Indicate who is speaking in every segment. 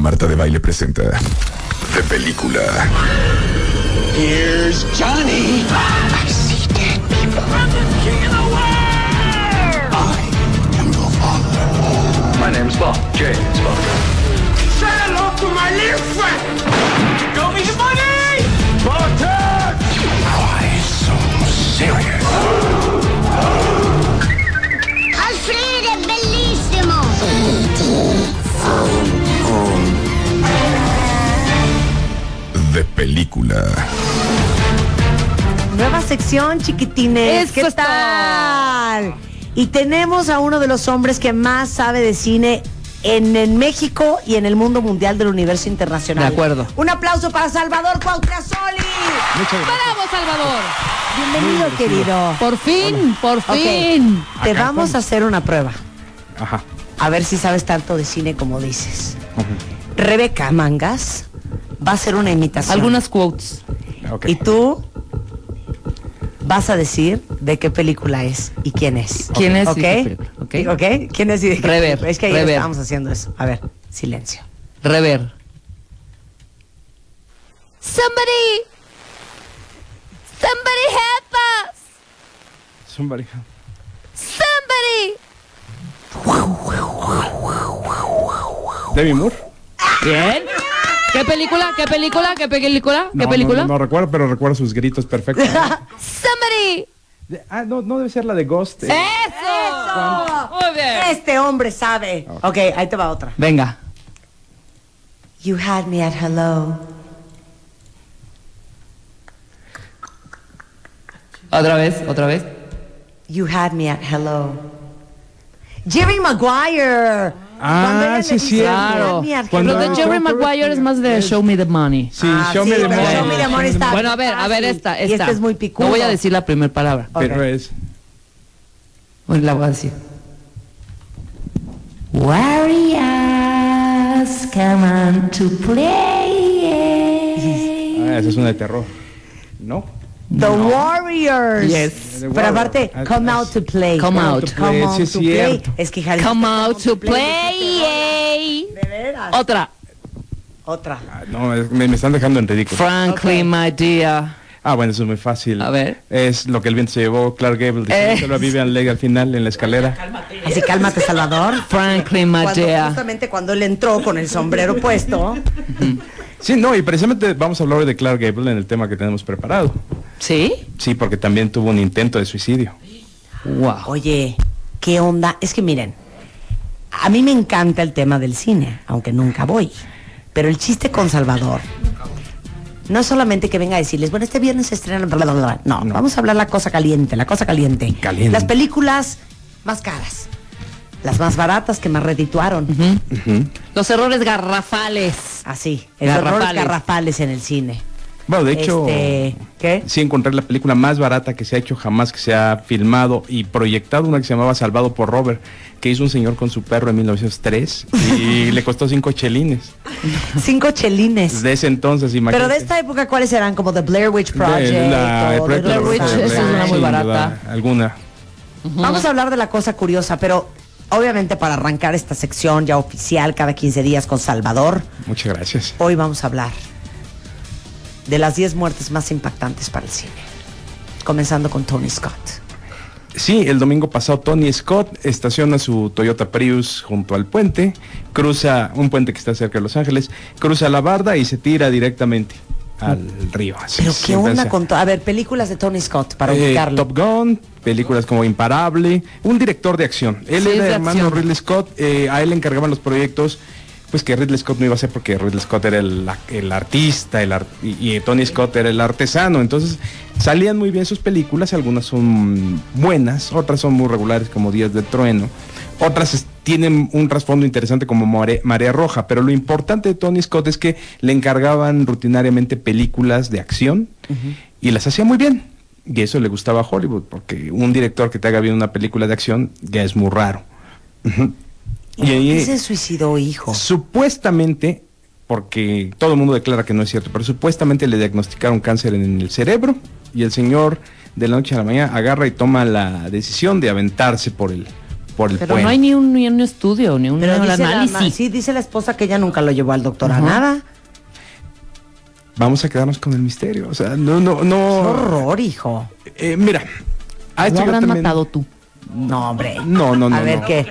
Speaker 1: Marta de Baile presenta De Película.
Speaker 2: Here's Johnny. I see dead people. I'm the king of the world. I am your father. My name's Bob. James Bob. Say hello to my little friend. Go me the money. Bartek. Why so serious?
Speaker 3: Alfredo è bellissimo!
Speaker 1: De Película.
Speaker 4: Nueva sección, chiquitines.
Speaker 5: Eso
Speaker 4: ¿Qué
Speaker 5: es todo.
Speaker 4: tal? Y tenemos a uno de los hombres que más sabe de cine en, en México y en el mundo mundial del universo internacional.
Speaker 5: De acuerdo.
Speaker 4: Un aplauso para Salvador Cuauhtrasoli.
Speaker 6: Muchas gracias.
Speaker 5: ¡Bravo, Salvador!
Speaker 4: Bienvenido, querido.
Speaker 5: Por fin, por
Speaker 4: Ok.
Speaker 5: fin.
Speaker 4: Te
Speaker 6: Acá
Speaker 4: vamos
Speaker 6: estamos.
Speaker 4: a hacer una prueba.
Speaker 6: Ajá.
Speaker 4: A ver si sabes tanto de cine como dices. Rebeca Mangas va a hacer una imitación.
Speaker 5: Algunas quotes.
Speaker 6: Ok.
Speaker 4: Y tú vas a decir de qué película es y quién es.
Speaker 5: ¿Quién es
Speaker 4: ¿Ok?
Speaker 5: y qué película?
Speaker 4: ¿Ok? ¿Quién es y de qué
Speaker 5: Rever,
Speaker 4: película? Es que ayer
Speaker 5: rever.
Speaker 4: estábamos haciendo eso. A ver, silencio.
Speaker 5: Rever.
Speaker 7: Somebody! Somebody help us!
Speaker 6: Somebody.
Speaker 7: Somebody!
Speaker 6: Demi Moore.
Speaker 5: Bien. ¿Qué película? ¿Qué película? ¿Qué película?
Speaker 6: No,
Speaker 5: ¿Qué película?
Speaker 6: No, no recuerdo, pero recuerdo sus gritos perfectos.
Speaker 7: Somebody!
Speaker 6: De- ah, no, no debe ser la de Ghost. eh.
Speaker 4: ¡Eso!
Speaker 5: Muy bien.
Speaker 4: Este hombre sabe. Ok, ahí te va otra.
Speaker 5: Venga.
Speaker 4: You had me at hello.
Speaker 5: Otra vez, otra vez.
Speaker 4: You had me at hello. Jerry Maguire.
Speaker 6: Ah,
Speaker 4: Cuando ella le
Speaker 6: sí,
Speaker 4: dice,
Speaker 6: cierto.
Speaker 4: "You had
Speaker 5: Claro.
Speaker 4: me at
Speaker 6: Cuando-
Speaker 5: Lo
Speaker 4: hello".
Speaker 5: de Jerry Maguire es más de Show Me the Money.
Speaker 6: Sí,
Speaker 4: Ah,
Speaker 6: Show
Speaker 4: sí,
Speaker 6: Me the
Speaker 4: pero
Speaker 6: Money.
Speaker 4: Show Me the Money está-
Speaker 5: Bueno, a ver, a ver esta,
Speaker 4: Y
Speaker 5: esta.
Speaker 4: este es muy picudo.
Speaker 5: No voy a decir la primera palabra.
Speaker 6: Pero
Speaker 4: Ok.
Speaker 6: es.
Speaker 5: Bueno, la voy a decir.
Speaker 7: Warriors, come on to play.
Speaker 6: Ah, esa es una de terror. ¿No?
Speaker 4: The Warriors.
Speaker 5: Yes.
Speaker 6: The
Speaker 4: Pero
Speaker 6: Warriors.
Speaker 4: aparte,
Speaker 6: Ah,
Speaker 4: come
Speaker 6: ah,
Speaker 4: out
Speaker 6: sí.
Speaker 4: to play.
Speaker 5: Come
Speaker 6: Come
Speaker 5: out.
Speaker 6: to play,
Speaker 4: Come out
Speaker 6: sí, es
Speaker 4: to play.
Speaker 6: cierto.
Speaker 4: Es que Jalisco
Speaker 5: Come
Speaker 4: está
Speaker 5: out to
Speaker 7: Play.
Speaker 4: De veras.
Speaker 5: Otra.
Speaker 4: Otra.
Speaker 6: Ah, No, es- me, me están dejando en ridículo.
Speaker 5: Frankly, my dear.
Speaker 6: Ah, bueno, eso es muy fácil.
Speaker 5: A ver. Eh.
Speaker 6: Es lo que el viento se llevó, Clark Gable, diciéndolo a Vivian Leigh al final en la escalera.
Speaker 4: Así cálmate, Salvador.
Speaker 5: Frankly, my
Speaker 4: Cuando,
Speaker 5: dear.
Speaker 4: justamente cuando él entró con el sombrero puesto.
Speaker 6: Sí, no, y precisamente vamos a hablar hoy de Clark Gable en el tema que tenemos preparado.
Speaker 5: ¿Sí?
Speaker 6: Sí, porque también tuvo un intento de suicidio.
Speaker 5: Wow.
Speaker 4: Oye, ¿qué onda? Es que miren, a mí me encanta el tema del cine, aunque nunca voy. Pero el chiste con Salvador. No es solamente que venga a decirles, bueno, este viernes se estrena, bla, bla, bla, bla. No, vamos a hablar la cosa caliente, la cosa caliente.
Speaker 6: Caliente.
Speaker 4: Las películas más caras, las más baratas que más redituaron.
Speaker 5: Los errores garrafales.
Speaker 4: Así, errores
Speaker 5: Garrafales.
Speaker 4: garrafales en el cine.
Speaker 6: Bueno, de hecho,
Speaker 4: Este, ¿qué?
Speaker 6: sí encontré la película más barata que se ha hecho jamás, que se ha filmado y proyectado, una que se llamaba Salvado por Robert, que hizo un señor con su perro en 1903 y le costó cinco chelines.
Speaker 4: Cinco chelines.
Speaker 6: Desde ese entonces, imagínate.
Speaker 4: Pero de esta época, ¿cuáles eran? Como The Blair Witch
Speaker 6: De la-
Speaker 4: Project.
Speaker 6: el
Speaker 4: o
Speaker 6: proyecto
Speaker 4: The
Speaker 5: Blair
Speaker 6: de
Speaker 4: Rose
Speaker 5: Witch,
Speaker 6: Robert
Speaker 4: Project.
Speaker 5: esa es una muy
Speaker 6: sin duda
Speaker 5: barata.
Speaker 6: Alguna.
Speaker 4: Vamos a hablar de la cosa curiosa, pero obviamente para arrancar esta sección ya oficial cada 15 días con Salvador,
Speaker 6: Muchas gracias.
Speaker 4: hoy vamos a hablar de las 10 muertes más impactantes para el cine. Comenzando con Tony Scott.
Speaker 6: Sí, el domingo pasado Tony Scott estaciona su Toyota Prius junto al puente, cruza un puente que está cerca de Los Ángeles, cruza la barda y se tira directamente al río. Así
Speaker 4: Pero
Speaker 6: es,
Speaker 4: qué
Speaker 6: sin
Speaker 4: onda
Speaker 6: pensar.
Speaker 4: con... to- A ver, películas de Tony Scott para
Speaker 6: Eh,
Speaker 4: ubicarlo.
Speaker 6: Top Gun, películas como Imparable, un director de acción. Él
Speaker 5: Sí, es
Speaker 6: era
Speaker 5: de
Speaker 6: hermano
Speaker 5: acción.
Speaker 6: Ridley Scott, eh, a él le encargaban los proyectos pues que Ridley Scott no iba a ser porque Ridley Scott era el, el artista el ar- y, y Tony Scott era el artesano. Entonces salían muy bien sus películas, algunas son buenas, otras son muy regulares como Días de Trueno, otras es- tienen un trasfondo interesante como Mare- Marea Roja, pero lo importante de Tony Scott es que le encargaban rutinariamente películas de acción y las hacía muy bien. Y eso le gustaba a Hollywood, porque un director que te haga bien una película de acción ya es muy raro.
Speaker 4: ¿Y por qué se suicidó, hijo?
Speaker 6: Supuestamente, porque todo el mundo declara que no es cierto, pero supuestamente le diagnosticaron cáncer en el cerebro y el señor de la noche a la mañana agarra y toma la decisión de aventarse por el, por el
Speaker 5: Pero
Speaker 6: puente.
Speaker 5: no hay ni un, ni un estudio, ni un
Speaker 4: Pero dice la
Speaker 5: análisis.
Speaker 4: ma- sí, dice la esposa que ella nunca lo llevó al doctor a nada.
Speaker 6: Vamos a quedarnos con el misterio. O sea, no, no,
Speaker 4: Qué
Speaker 6: no.
Speaker 4: horror, hijo.
Speaker 6: Eh, mira, a
Speaker 5: Lo
Speaker 6: esto yo
Speaker 5: habrán
Speaker 6: también-
Speaker 5: matado tú.
Speaker 4: No, hombre.
Speaker 6: No, no, no.
Speaker 4: a ver,
Speaker 6: no.
Speaker 4: ¿qué?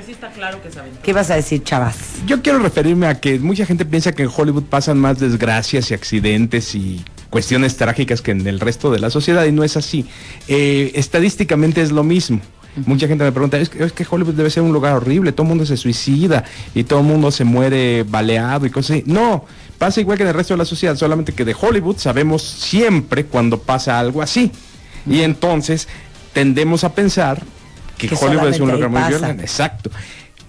Speaker 4: ¿Qué ibas a decir, chavas?
Speaker 6: Yo quiero referirme a que mucha gente piensa que en Hollywood pasan más desgracias y accidentes y cuestiones trágicas que en el resto de la sociedad y no es así. Eh, estadísticamente es lo mismo. Mucha gente me pregunta, es que, es que Hollywood debe ser un lugar horrible, todo el mundo se suicida y todo el mundo se muere baleado y cosas así. No, pasa igual que en el resto de la sociedad, solamente que de Hollywood sabemos siempre cuando pasa algo así. Y entonces tendemos a pensar que,
Speaker 4: Que
Speaker 6: Hollywood es un
Speaker 4: solamente ahí
Speaker 6: lugar muy
Speaker 4: pasa.
Speaker 6: violento. Exacto.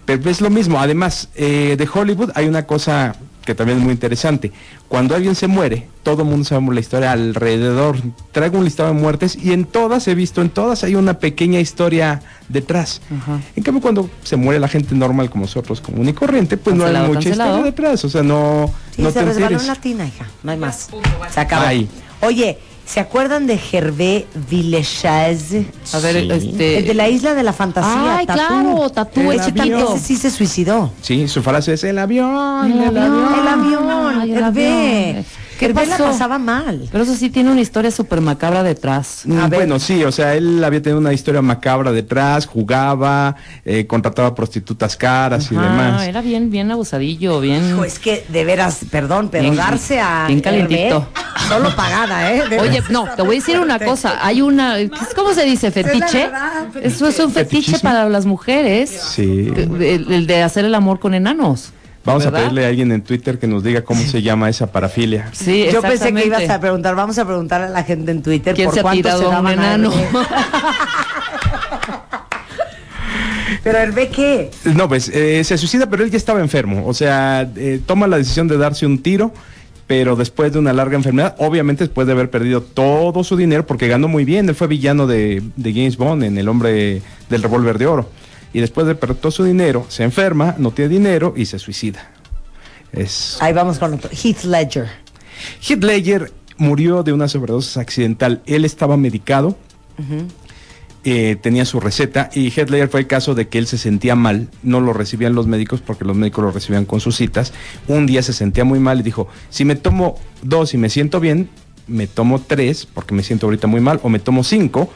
Speaker 6: Pero es lo mismo. Además, eh, de Hollywood hay una cosa que también es muy interesante. Cuando alguien se muere, todo el mundo sabe la historia alrededor. Traigo un listado de muertes y en todas he visto, en todas hay una pequeña historia detrás. En cambio, cuando se muere la gente normal como nosotros, común y corriente, pues no
Speaker 5: Cancelado,
Speaker 6: hay mucha
Speaker 5: cancelado.
Speaker 6: historia detrás. O sea, no,
Speaker 4: Sí,
Speaker 6: no
Speaker 4: se
Speaker 6: te
Speaker 4: resbaló
Speaker 6: enteres.
Speaker 4: una tina, hija. No hay más. Se acabó.
Speaker 6: Ay.
Speaker 4: Oye, ¿se acuerdan de Hervé Villechaize?
Speaker 5: A ver,
Speaker 6: Sí.
Speaker 5: este.
Speaker 4: El de la isla de la fantasía.
Speaker 5: Ay,
Speaker 4: Tatú.
Speaker 5: claro, Tatú,
Speaker 6: El
Speaker 4: Ese, tam-
Speaker 6: avión.
Speaker 4: ese sí se suicidó.
Speaker 6: Sí, su frase es el avión,
Speaker 5: El
Speaker 6: el
Speaker 5: avión.
Speaker 6: avión.
Speaker 4: el avión,
Speaker 5: Ay, el avión.
Speaker 4: Hervé.
Speaker 5: ¿Qué
Speaker 4: Hervé la
Speaker 5: pasó?
Speaker 4: pasaba mal.
Speaker 5: Pero eso sí tiene una historia súper macabra detrás.
Speaker 6: Mm,
Speaker 4: A ver.
Speaker 6: Bueno, sí, o sea, él había tenido una historia macabra detrás, jugaba, eh, contrataba prostitutas caras y
Speaker 5: Ajá,
Speaker 6: demás.
Speaker 5: Ah, Era bien, bien abusadillo, bien.
Speaker 4: Hijo, es que de veras, perdón, pero
Speaker 5: Bien-
Speaker 4: darse a.
Speaker 5: bien calientito.
Speaker 4: Hervé, solo pagada, ¿eh? De
Speaker 5: Oye,
Speaker 4: veras.
Speaker 5: no, te voy a decir una cosa. Hay una, ¿cómo se dice? Fetiche. Eso es un fetiche
Speaker 6: Fetichismo.
Speaker 5: para las mujeres.
Speaker 6: Sí.
Speaker 5: El, el de hacer el amor con enanos.
Speaker 6: Vamos
Speaker 5: ¿verdad?
Speaker 6: a pedirle a alguien en Twitter que nos diga cómo se llama esa parafilia.
Speaker 5: Sí,
Speaker 4: Yo pensé que ibas a
Speaker 5: exactamente.
Speaker 4: preguntar, vamos a preguntar a la gente en Twitter
Speaker 5: ¿Quién
Speaker 4: por
Speaker 5: se ha
Speaker 4: cuánto se
Speaker 5: tirado a un
Speaker 4: daban a
Speaker 5: enano?
Speaker 4: Hervé. Pero Hervé, ¿qué?
Speaker 6: No, pues eh, se suicida, pero él ya estaba enfermo. O sea, eh, toma la decisión de darse un tiro, pero después de una larga enfermedad, obviamente después de haber perdido todo su dinero, porque ganó muy bien. Él fue villano de, de James Bond en El hombre del revólver de oro. Y después de perder todo su dinero, se enferma, no tiene dinero y se suicida. Es
Speaker 4: Ahí vamos con otro. Heath Ledger.
Speaker 6: Heath Ledger murió de una sobredosis accidental. Él estaba medicado, eh, tenía su receta y Heath Ledger fue el caso de que él se sentía mal. No lo recibían los médicos porque los médicos lo recibían con sus citas. Un día se sentía muy mal y dijo, si me tomo dos y me siento bien, me tomo tres porque me siento ahorita muy mal o me tomo cinco.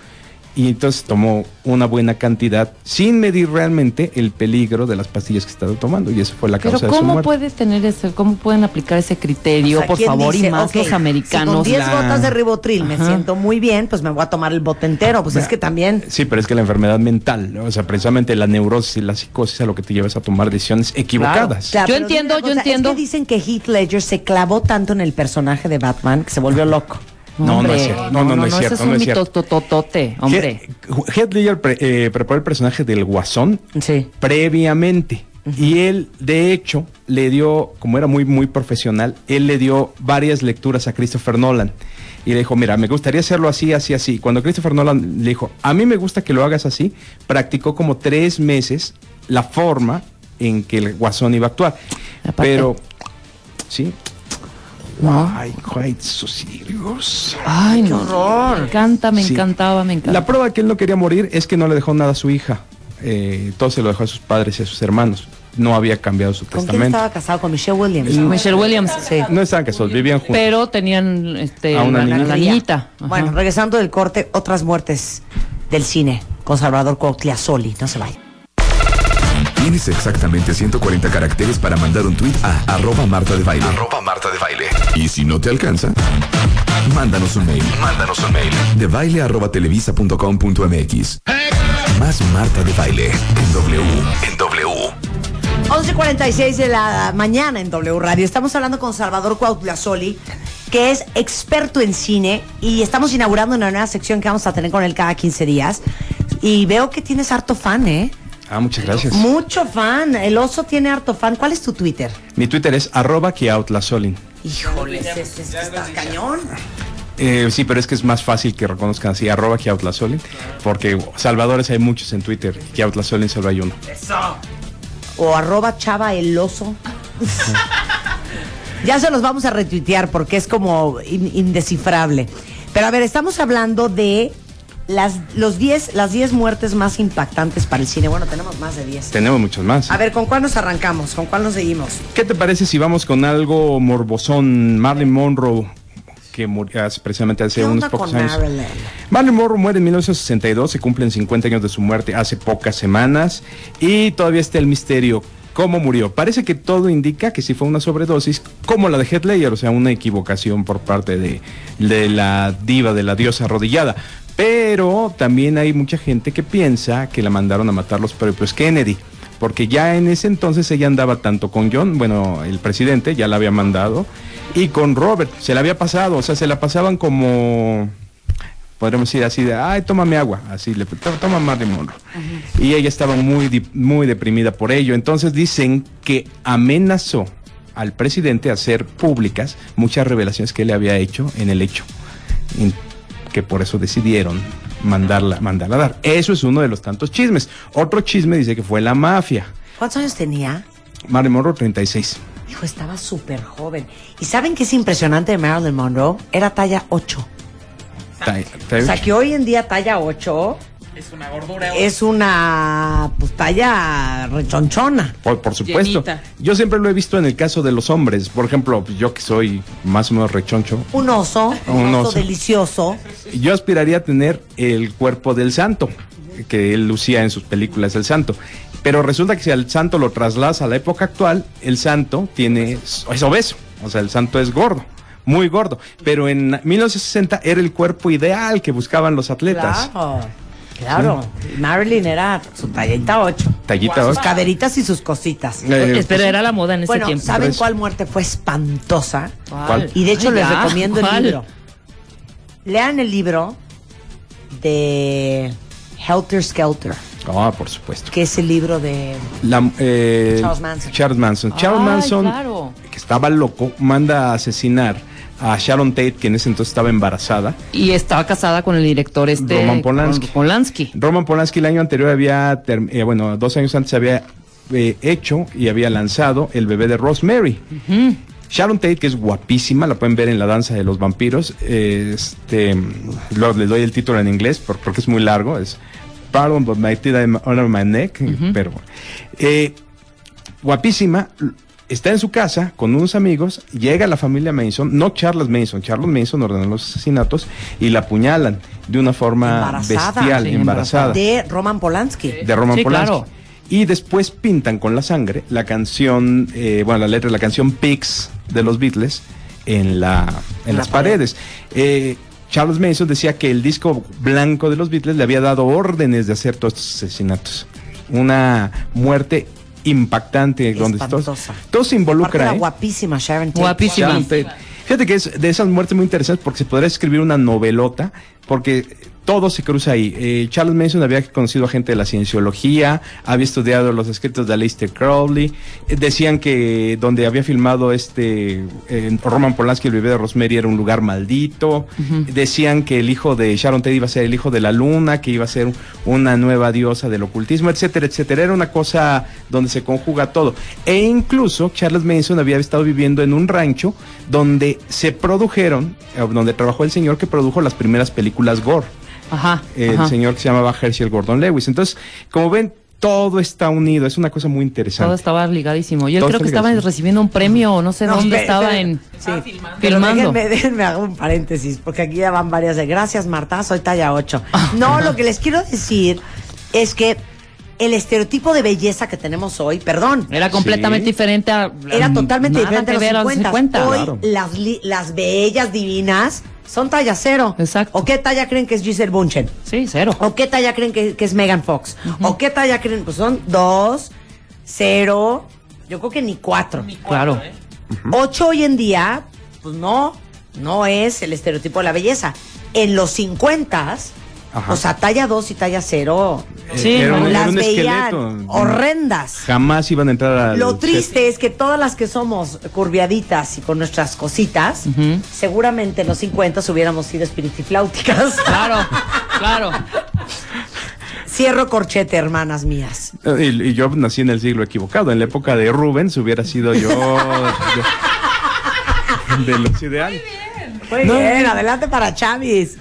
Speaker 6: Y entonces tomó una buena cantidad sin medir realmente el peligro de las pastillas que estaba tomando. Y esa fue la
Speaker 5: Pero
Speaker 6: causa de su
Speaker 5: cómo
Speaker 6: muerte.
Speaker 5: puede tener ese, cómo pueden aplicar ese criterio,
Speaker 4: O sea,
Speaker 5: por
Speaker 4: ¿quién
Speaker 5: favor,
Speaker 4: dice,
Speaker 5: y más
Speaker 4: ok,
Speaker 5: los
Speaker 4: si con
Speaker 5: americanos.
Speaker 4: 10
Speaker 6: la-
Speaker 4: gotas de ribotril me
Speaker 5: Ajá.
Speaker 4: siento muy bien, pues me voy a tomar el bote entero. Pues es que también.
Speaker 6: Sí, pero es que la enfermedad mental, ¿no? o sea, precisamente la neurosis y la psicosis a lo que te llevas a tomar decisiones equivocadas.
Speaker 4: Claro,
Speaker 5: Yo
Speaker 4: pero
Speaker 5: entiendo,
Speaker 4: dime una
Speaker 5: yo
Speaker 4: cosa,
Speaker 5: entiendo.
Speaker 4: Es que dicen que Heath Ledger se clavó tanto en el personaje de Batman que se volvió loco.
Speaker 6: No, no
Speaker 5: Hombre,
Speaker 6: es cierto. No, no, no, es
Speaker 5: ese
Speaker 6: cierto.
Speaker 5: es
Speaker 6: no
Speaker 5: un
Speaker 6: es cierto.
Speaker 5: mitototote, hombre.
Speaker 6: Heath- Heath Ledger pre- eh, preparó el personaje del Guasón
Speaker 4: Sí.
Speaker 6: previamente. Y él, de hecho, le dio, como era muy, muy profesional, él le dio varias lecturas a Christopher Nolan. Y le dijo, mira, me gustaría hacerlo así, así, así. Cuando Christopher Nolan le dijo, a mí me gusta que lo hagas así, practicó como tres meses la forma en que el guasón iba a actuar.
Speaker 5: Aparte-
Speaker 6: Pero, sí.
Speaker 5: No.
Speaker 6: Ay, quite so serious.
Speaker 5: Ay, no. Me encanta, me
Speaker 6: Sí.
Speaker 5: encantaba, me encantaba.
Speaker 6: La prueba que él no quería morir es que no le dejó nada a su hija. Eh, todo se lo dejó a sus padres y a sus hermanos. No había cambiado su
Speaker 4: ¿Con quién
Speaker 6: testamento.
Speaker 4: estaba casado? Con Michelle Williams.
Speaker 5: Michelle Williams.
Speaker 4: Sí.
Speaker 6: No estaban casados, vivían juntos.
Speaker 5: Pero tenían este,
Speaker 6: A una
Speaker 5: la-
Speaker 6: niña.
Speaker 5: la niñita. Ajá.
Speaker 4: Bueno, regresando del corte, otras muertes del cine con Salvador Cuauhtliazoli. No se vaya.
Speaker 1: Tienes exactamente 140 caracteres para mandar un tweet a arroba Marta de Baile. Arroba Marta de Baile. Y si no te alcanza, mándanos un mail. Mándanos un mail. De baile arroba televisa.com.mx. Más Marta de Baile en W. En W.
Speaker 4: 11.46 de la mañana en W Radio. Estamos hablando con Salvador Cuautlazoli, que es experto en cine y estamos inaugurando una nueva sección que vamos a tener con él cada 15 días. Y veo que tienes harto fan, ¿eh?
Speaker 6: Ah, muchas gracias.
Speaker 4: Mucho fan. El oso tiene harto fan. ¿Cuál es tu Twitter?
Speaker 6: Mi Twitter es arroba kiautlasolin.
Speaker 4: Híjole, ese es, es- está cañón.
Speaker 6: Eh, sí, pero es que es más fácil que reconozcan así, arroba kiautlasolin, porque salvadores hay muchos en Twitter, kiautlasolin solo hay uno.
Speaker 4: O arroba chava el oso. ya se los vamos a retuitear porque es como in- indescifrable. Pero a ver, estamos hablando de las los 10 las 10 muertes más impactantes para el cine. Bueno, tenemos más de 10.
Speaker 6: Tenemos muchos más.
Speaker 4: A ver, ¿con cuál nos arrancamos? ¿Con cuál nos seguimos?
Speaker 6: ¿Qué te parece si vamos con algo morbosón? Marilyn Monroe, que murió hace- precisamente hace
Speaker 4: ¿Qué
Speaker 6: unos
Speaker 4: onda
Speaker 6: pocos
Speaker 4: con
Speaker 6: años.
Speaker 4: Marilyn?
Speaker 6: Marilyn Monroe muere en 1962, se cumplen 50 años de su muerte hace pocas semanas y todavía está el misterio. ¿Cómo murió? Parece que todo indica que sí fue una sobredosis, como la de Headlayer, o sea, una equivocación por parte de, de la diva, de la diosa arrodillada. Pero también hay mucha gente que piensa que la mandaron a matar los propios Kennedy, porque ya en ese entonces ella andaba tanto con John, bueno, el presidente ya la había mandado, y con Robert, se la había pasado, o sea, se la pasaban como podríamos decir así de, ay, tómame agua, así le to- toma Marilyn Monroe. Y ella estaba muy, di- muy deprimida por ello. Entonces dicen que amenazó al presidente a hacer públicas muchas revelaciones que él había hecho en el hecho, en- que por eso decidieron mandarla, mandarla a dar. Eso es uno de los tantos chismes. Otro chisme dice que fue la mafia.
Speaker 4: ¿Cuántos años tenía?
Speaker 6: Marilyn Monroe, 36.
Speaker 4: Hijo, estaba súper joven. ¿Y saben qué es impresionante de Marilyn Monroe? Era talla 8.
Speaker 6: Ta- ta-
Speaker 4: O sea, que hoy en día talla 8
Speaker 8: Es una gordura.
Speaker 4: es una pues, talla rechonchona.
Speaker 6: Por, por supuesto.
Speaker 8: Llenita.
Speaker 6: Yo siempre lo he visto en el caso de los hombres. Por ejemplo, yo que soy más o menos rechoncho,
Speaker 4: Un oso, un,
Speaker 6: Un
Speaker 4: oso,
Speaker 6: oso.
Speaker 4: delicioso.
Speaker 6: Yo aspiraría a tener el cuerpo del santo, que él lucía en sus películas, el santo. Pero resulta que si al santo lo trasladas a la época actual, el santo tiene, es obeso. O sea, el santo es gordo, muy gordo. Pero en 1960 era el cuerpo ideal que buscaban los atletas.
Speaker 4: Claro, claro. Marilyn era su tallita 8.
Speaker 6: Tallita
Speaker 4: Sus
Speaker 6: ocho.
Speaker 4: caderitas y sus cositas.
Speaker 6: Eh,
Speaker 5: Pero era la moda en ese
Speaker 4: bueno,
Speaker 5: tiempo.
Speaker 4: ¿saben
Speaker 6: Pues-
Speaker 4: cuál muerte fue espantosa?
Speaker 6: ¿Cuál?
Speaker 4: Y de hecho
Speaker 5: Ay,
Speaker 4: les
Speaker 5: ya,
Speaker 4: recomiendo
Speaker 5: ¿cuál?
Speaker 4: el libro. Lean el libro de Helter Skelter,
Speaker 6: Ah, por supuesto.
Speaker 4: que es el libro de...
Speaker 6: La, eh,
Speaker 4: Charles Manson.
Speaker 6: Charles Manson. Charles
Speaker 5: Ay,
Speaker 6: Manson,
Speaker 5: claro.
Speaker 6: que estaba loco, manda a asesinar a Sharon Tate, que en ese entonces estaba embarazada.
Speaker 5: Y estaba casada con el director este.
Speaker 6: Roman Polanski.
Speaker 5: con- Polanski.
Speaker 6: Roman Polanski el año anterior había, term- eh, bueno, dos años antes había eh, hecho y había lanzado el bebé de Rosemary. Sharon Tate, que es guapísima, la pueden ver en La Danza de los Vampiros. Este, lo- les doy el título en inglés por- porque es muy largo. Es Pardon, but my teeth are on my neck. Pero eh, guapísima, está en su casa con unos amigos, llega la familia Mason, no Charles Mason, Charles Mason ordenó los asesinatos y la apuñalan de una forma
Speaker 4: Embarazada.
Speaker 6: bestial,
Speaker 5: Sí,
Speaker 6: embarazada,
Speaker 4: De Roman Polanski.
Speaker 6: de, Roman
Speaker 5: Sí,
Speaker 6: Polanski.
Speaker 5: claro.
Speaker 6: Y después pintan con la sangre la canción, eh, bueno, la letra de la canción Pigs de los Beatles en, la, en
Speaker 4: la
Speaker 6: las paredes. Eh, Charles Mason decía que el disco blanco de los Beatles le había dado órdenes de hacer todos estos asesinatos. Una muerte impactante donde todos,
Speaker 4: Espantosa.
Speaker 6: todos
Speaker 4: Aparte
Speaker 6: se
Speaker 4: era
Speaker 6: involucran. ¿eh?
Speaker 4: guapísima Sharon Tate.
Speaker 5: Guapísima.
Speaker 6: Sharon Tate. Fíjate que es de esas muertes muy interesantes porque se podría escribir una novelota, porque todo se cruza ahí. Eh, Charles Manson había conocido a gente de la cienciología, había estudiado los escritos de Aleister Crowley, eh, decían que donde había filmado este eh, Roman Polanski, el bebé de Rosemary, era un lugar maldito, decían que el hijo de Sharon Tate iba a ser el hijo de la luna, que iba a ser un- una nueva diosa del ocultismo, etcétera, etcétera. Era una cosa donde se conjuga todo. E incluso Charles Manson había estado viviendo en un rancho donde se produjeron, eh, donde trabajó el señor que produjo las primeras películas gore,
Speaker 5: Ajá.
Speaker 6: el
Speaker 5: ajá.
Speaker 6: señor que se llamaba Herschel Gordon Lewis. Entonces, como ven, todo está unido, es una cosa muy
Speaker 5: Todo
Speaker 6: interesante.
Speaker 5: estaba ligadísimo. Yo
Speaker 6: Todo
Speaker 5: creo
Speaker 6: está
Speaker 5: que estaba
Speaker 6: ligadísimo.
Speaker 5: recibiendo un premio, o no sé
Speaker 4: No,
Speaker 5: dónde
Speaker 4: espera,
Speaker 5: estaba
Speaker 4: espera.
Speaker 5: en.
Speaker 4: Sí. Pero
Speaker 5: Filmando.
Speaker 4: déjenme, déjenme hago un paréntesis, porque aquí ya van varias de gracias, Marta, soy talla 8.
Speaker 5: Ah.
Speaker 4: No, lo que les quiero decir es que el estereotipo de belleza que tenemos hoy, perdón,
Speaker 5: Era completamente
Speaker 6: Sí.
Speaker 5: diferente a. mm,
Speaker 4: era totalmente
Speaker 5: Eh, nada
Speaker 4: diferente a
Speaker 5: que
Speaker 4: los
Speaker 5: ver a los
Speaker 4: 50.
Speaker 5: 50.
Speaker 4: Hoy
Speaker 6: claro.
Speaker 4: las, li- las bellas divinas son talla cero.
Speaker 5: Exacto.
Speaker 4: ¿O qué talla creen que es Giselle Bunchen?
Speaker 5: Sí, cero.
Speaker 4: ¿O qué talla creen que, que es Megan Fox? ¿O qué talla creen? Pues son dos, cero, Yo creo que ni cuatro.
Speaker 5: Claro.
Speaker 4: Ocho hoy en día, pues no, no es el estereotipo de la belleza. En los 50,
Speaker 6: Ajá.
Speaker 4: o sea, talla 2 y talla 0,
Speaker 5: Sí,
Speaker 6: era un- era
Speaker 4: las
Speaker 6: un
Speaker 4: veían
Speaker 6: esqueleto.
Speaker 4: horrendas.
Speaker 6: Jamás iban a entrar a.
Speaker 4: Lo triste es que todas las que somos curviaditas y con nuestras cositas, seguramente en los 50 hubiéramos sido espiritifláuticas.
Speaker 5: Claro, claro.
Speaker 4: Cierro corchete, hermanas mías.
Speaker 6: Y, Eh, y yo nací en el siglo equivocado. En la época de Rubens hubiera sido yo. de, de los ideales.
Speaker 4: Muy bien, adelante para Chavis.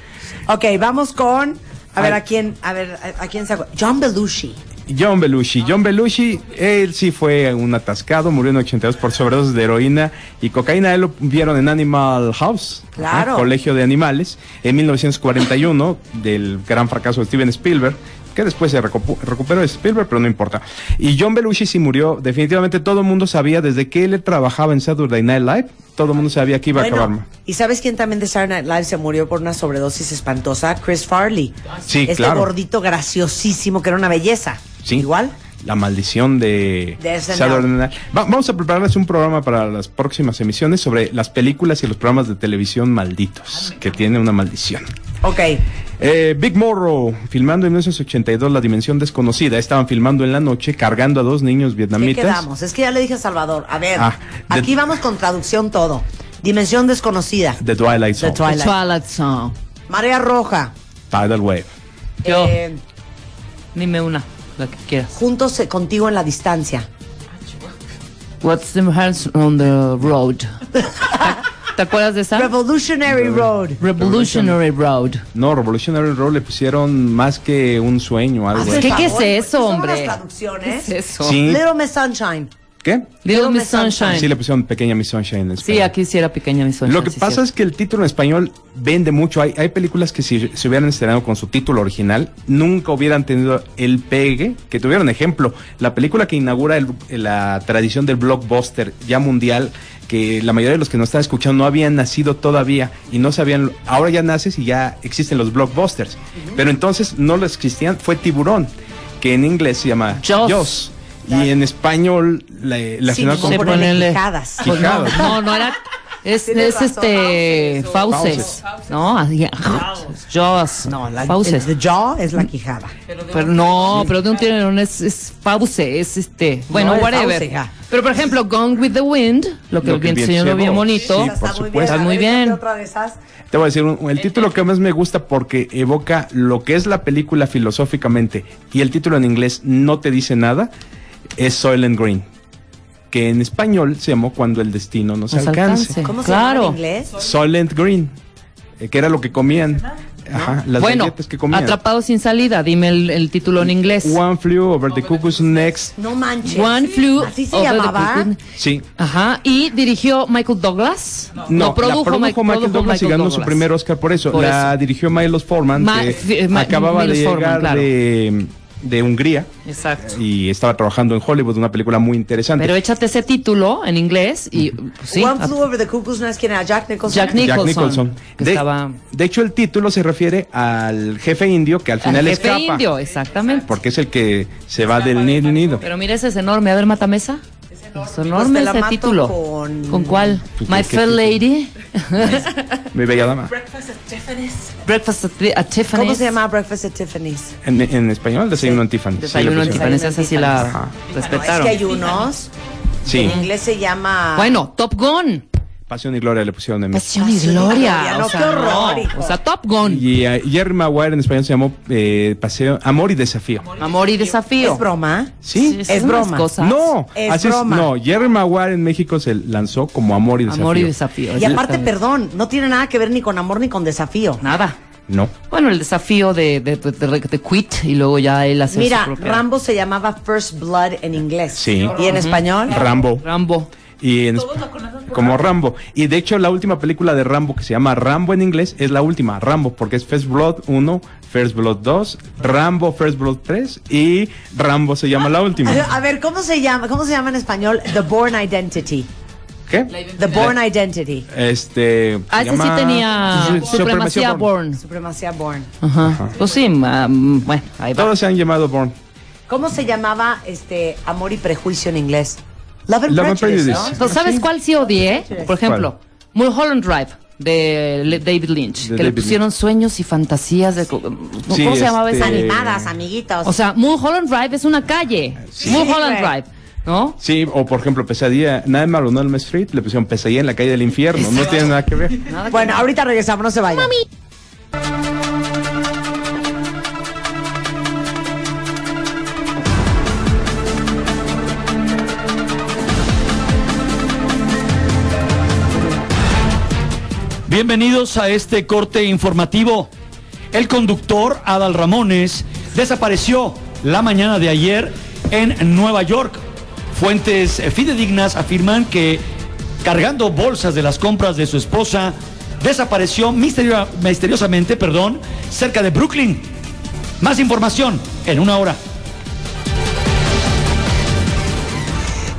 Speaker 4: Ok, vamos con. A ver, ¿a quién, a ver, a, a quién saco? John Belushi.
Speaker 6: John Belushi. John Belushi, él sí fue un atascado, murió en 82 por sobredosis de heroína y cocaína. Él lo vieron en Animal House,
Speaker 4: Claro.
Speaker 6: Colegio de Animales, en 1941, del gran fracaso de Steven Spielberg, que después se recupu- recuperó de Spielberg, pero no importa. Y John Belushi sí murió. Definitivamente todo el mundo sabía, desde que él trabajaba en Saturday Night Live, todo el mundo sabía que iba a acabar.
Speaker 4: Bueno,
Speaker 6: mal.
Speaker 4: ¿y sabes quién también de Saturday Night Live se murió por una sobredosis espantosa? Chris Farley.
Speaker 6: Sí,
Speaker 4: este
Speaker 6: claro.
Speaker 4: gordito graciosísimo que era una belleza.
Speaker 6: Sí.
Speaker 4: Igual.
Speaker 6: La maldición de,
Speaker 4: De SNL.
Speaker 6: Saturday Night. Va- vamos a prepararles un programa para las próximas emisiones sobre las películas y los programas de televisión
Speaker 4: Ah,
Speaker 6: malditos, que tiene una maldición.
Speaker 4: Ok.
Speaker 6: Eh, Big Morrow, filmando en 1982 La Dimensión Desconocida. Estaban filmando en la noche, cargando a dos niños
Speaker 4: ¿Qué
Speaker 6: vietnamitas.
Speaker 4: quedamos? Es que ya le dije a Salvador. A ver,
Speaker 6: Ah, de-
Speaker 4: aquí vamos con traducción todo. Dimensión desconocida.
Speaker 6: The Twilight
Speaker 4: The
Speaker 6: Zone.
Speaker 4: Twilight.
Speaker 5: Twilight Zone.
Speaker 4: Marea roja.
Speaker 6: Tidal Wave.
Speaker 5: Yo.
Speaker 4: Eh,
Speaker 5: Dime una, la que quieras.
Speaker 4: juntos eh, contigo en la distancia.
Speaker 5: What's the hands on the road? ¿Te, te acuerdas de esa?
Speaker 4: Revolutionary Road.
Speaker 5: Revolutionary Road.
Speaker 6: No, Revolutionary Row le pusieron más que un sueño, algo.
Speaker 4: Hazme
Speaker 5: ¿Qué- qué es
Speaker 4: favor,
Speaker 5: eso,
Speaker 4: son
Speaker 5: hombre?
Speaker 4: las traducciones?
Speaker 5: ¿Qué es eso?
Speaker 6: Sí.
Speaker 4: Ah, Little Miss Sunshine.
Speaker 6: ¿Qué?
Speaker 5: Little Miss
Speaker 4: Miss Sunshine.
Speaker 5: Sunshine.
Speaker 6: Sí, le pusieron Pequeña Miss Sunshine. en
Speaker 5: Sí,
Speaker 6: español.
Speaker 5: aquí sí era pequeña mi sueño.
Speaker 6: Lo que pasa es que el título en español vende mucho. Hay, hay películas que si se hubieran estrenado con su título original, nunca hubieran tenido el pegue que tuvieron. Ejemplo, la película que inaugura el- la tradición del blockbuster ya mundial, que la mayoría de los que nos están escuchando no habían nacido todavía y no sabían. Ahora ya naces y ya existen los blockbusters. Pero entonces no los existían. Fue Tiburón, que en inglés se llama
Speaker 5: Jaws.
Speaker 6: Jaws. Y en español la, la
Speaker 4: Sí,
Speaker 6: final
Speaker 4: no
Speaker 6: con
Speaker 4: se
Speaker 5: Se
Speaker 4: ponen
Speaker 5: ponen
Speaker 4: quijadas.
Speaker 5: Pues no,
Speaker 6: Quijadas.
Speaker 5: no, no era. Es,
Speaker 4: Tienes
Speaker 5: es
Speaker 4: razón,
Speaker 5: este. Fauces.
Speaker 6: Fauces.
Speaker 5: No, así. Jaws.
Speaker 4: No, la
Speaker 5: Fauces.
Speaker 4: el- the jaw es la quijada.
Speaker 5: Pero no, pero de un tiburón es, es fauce, es este. Bueno,
Speaker 4: es
Speaker 5: whatever.
Speaker 4: fauce, ja.
Speaker 5: pero por ejemplo, Gone with the Wind, lo que
Speaker 6: Lo
Speaker 5: el
Speaker 6: que
Speaker 5: viento
Speaker 6: bien
Speaker 5: se
Speaker 6: se
Speaker 5: lo bien
Speaker 6: llevó.
Speaker 5: bonito.
Speaker 6: Sí, por
Speaker 4: Está muy bien.
Speaker 6: supuesto.
Speaker 5: Está muy
Speaker 4: A ver, échate
Speaker 5: bien.
Speaker 4: otra de esas.
Speaker 6: Te voy a decir un- el título que más me gusta porque evoca lo que es la película filosóficamente y el título en inglés no te dice nada, es Soylent Green, que en español se llamó Cuando el destino nos,
Speaker 5: Nos
Speaker 6: alcance.
Speaker 5: alcance.
Speaker 4: ¿Cómo se
Speaker 5: Claro.
Speaker 4: llama en inglés?
Speaker 6: Soylent Green, eh, que era lo que comían, ajá, las
Speaker 5: bueno,
Speaker 6: galletas que comían.
Speaker 5: atrapado sin salida, dime el, el título en inglés. One,
Speaker 6: One flew over the cuckoo's next.
Speaker 4: No manches.
Speaker 5: flew.
Speaker 4: Así se
Speaker 5: over the
Speaker 4: llamaba.
Speaker 5: cuckoo-
Speaker 6: Sí.
Speaker 5: Ajá, y dirigió Michael Douglas.
Speaker 6: No,
Speaker 5: Lo
Speaker 6: la produjo
Speaker 5: Mike-
Speaker 6: Michael,
Speaker 5: produjo
Speaker 6: Douglas y
Speaker 5: Michael
Speaker 6: ganó su
Speaker 5: Douglas.
Speaker 6: primer Oscar por eso.
Speaker 5: Por
Speaker 6: la
Speaker 5: eso.
Speaker 6: dirigió Milos Forman,
Speaker 5: Ma-
Speaker 6: que
Speaker 5: eh, Ma-
Speaker 6: acababa de
Speaker 5: Milos
Speaker 6: llegar
Speaker 5: Forman, claro.
Speaker 6: de, de Hungría.
Speaker 5: Exacto.
Speaker 6: y estaba trabajando en Hollywood, una película muy interesante.
Speaker 5: Pero échate ese título en inglés y pues, sí.
Speaker 4: One
Speaker 5: a-
Speaker 4: flew over the cuckoo's nest. ¿Quién era? Jack Nicholson.
Speaker 5: Jack Nicholson.
Speaker 6: Jack Nicholson.
Speaker 5: que
Speaker 6: De,
Speaker 5: estaba-
Speaker 6: de hecho, el título se refiere al jefe indio que al
Speaker 5: al
Speaker 6: final
Speaker 5: jefe
Speaker 6: escapa.
Speaker 5: indio, exactamente.
Speaker 6: Porque es el que se va del ni- nido.
Speaker 5: Pero mira, ese es enorme. A ver, mata mesa. Es
Speaker 4: Pues
Speaker 5: enorme
Speaker 4: te la
Speaker 5: ese
Speaker 4: mato
Speaker 5: título.
Speaker 4: con-
Speaker 5: cuál?
Speaker 6: Pues,
Speaker 5: My
Speaker 6: ¿qué- qué
Speaker 5: Fair
Speaker 6: título?
Speaker 5: Lady.
Speaker 6: Mi bella dama.
Speaker 5: Breakfast at, the- at Tiffany's.
Speaker 4: ¿Cómo se llama Breakfast at Tiffany's?
Speaker 6: En, en español, Desayuno en Tiffany. Sí,
Speaker 5: Desayuno
Speaker 6: lo
Speaker 5: en
Speaker 6: pusieron.
Speaker 5: Tiffany's. Esa sí la
Speaker 6: Ajá.
Speaker 4: Es
Speaker 5: respetaron.
Speaker 4: que hay unos. que En
Speaker 6: Sí.
Speaker 4: inglés se llama.
Speaker 5: Bueno, Top Gun.
Speaker 6: Pasión y Gloria le pusieron en
Speaker 5: Pasión y
Speaker 4: Pasión y
Speaker 5: Gloria.
Speaker 4: Gloria, no,
Speaker 5: o sea,
Speaker 4: qué horror, hijo.
Speaker 5: O sea, Top Gun.
Speaker 6: Y eh, Jerry Maguire en español se llamó eh, Paseo, Amor y Desafío.
Speaker 5: Amor y desafío.
Speaker 4: ¿Es broma?
Speaker 6: Sí.
Speaker 4: Es
Speaker 5: unas
Speaker 4: broma.
Speaker 5: cosas.
Speaker 6: No,
Speaker 4: Es
Speaker 6: así es-
Speaker 4: broma.
Speaker 6: no, Jerry Maguire en México se lanzó como Amor y Desafío.
Speaker 5: Amor y desafío.
Speaker 4: Y aparte,
Speaker 5: exactamente.
Speaker 4: perdón, no tiene nada que ver ni con amor ni con desafío.
Speaker 5: Nada.
Speaker 6: No.
Speaker 5: Bueno, el desafío de, de, de- de- de quit y luego ya él hace
Speaker 4: Mira,
Speaker 5: su propia-
Speaker 4: Rambo se llamaba First Blood en inglés.
Speaker 6: Sí.
Speaker 4: ¿Y en español?
Speaker 6: Rambo.
Speaker 5: Rambo.
Speaker 6: Y en espa- como Rambo. Y de hecho, la última película de Rambo que se llama Rambo en inglés es la última, Rambo, porque es First Blood 1, First Blood 2, Rambo First Blood 3 y Rambo se llama la última.
Speaker 4: A ver, a ver, ¿cómo se llama? ¿Cómo se llama en español? The Born Identity.
Speaker 6: ¿Qué?
Speaker 4: The Born Identity.
Speaker 6: Este. se
Speaker 5: Ah, ese sí
Speaker 6: llama-
Speaker 5: tenía
Speaker 6: Su-
Speaker 5: supremacía, Born.
Speaker 4: Supremacía Born.
Speaker 5: Ajá. Pues sí, ma- mm, bueno, ahí va.
Speaker 6: Todos se han llamado Born.
Speaker 4: ¿Cómo se llamaba este amor y prejuicio en inglés? Love and
Speaker 6: Love and
Speaker 4: Prejudice,
Speaker 6: Prejudice.
Speaker 4: ¿no?
Speaker 5: Pues, ¿sabes cuál sí odié? Por ejemplo, Mulholland Drive de Le- David Lynch,
Speaker 6: De
Speaker 5: que le
Speaker 6: David
Speaker 5: pusieron sueños y fantasías de... co-
Speaker 6: Sí,
Speaker 5: ¿Cómo se llamaba
Speaker 6: este-
Speaker 5: esa?
Speaker 4: Animadas, amiguitos.
Speaker 5: O sea, Mulholland Drive es una calle. Mulholland
Speaker 4: Sí, güey.
Speaker 5: Drive, ¿no?
Speaker 6: Sí, o por ejemplo, pesadilla. Nightmare on Elm Street le pusieron pesadilla en la calle del infierno. No tiene nada que ver.
Speaker 4: bueno, ahorita regresamos, no se vayan.
Speaker 9: Bienvenidos a este corte informativo. El conductor Adal Ramones desapareció la mañana de ayer en Nueva York. Fuentes eh, fidedignas afirman que cargando bolsas de las compras de su esposa, desapareció misterio- misteriosamente, perdón, cerca de Brooklyn. Más información en una hora.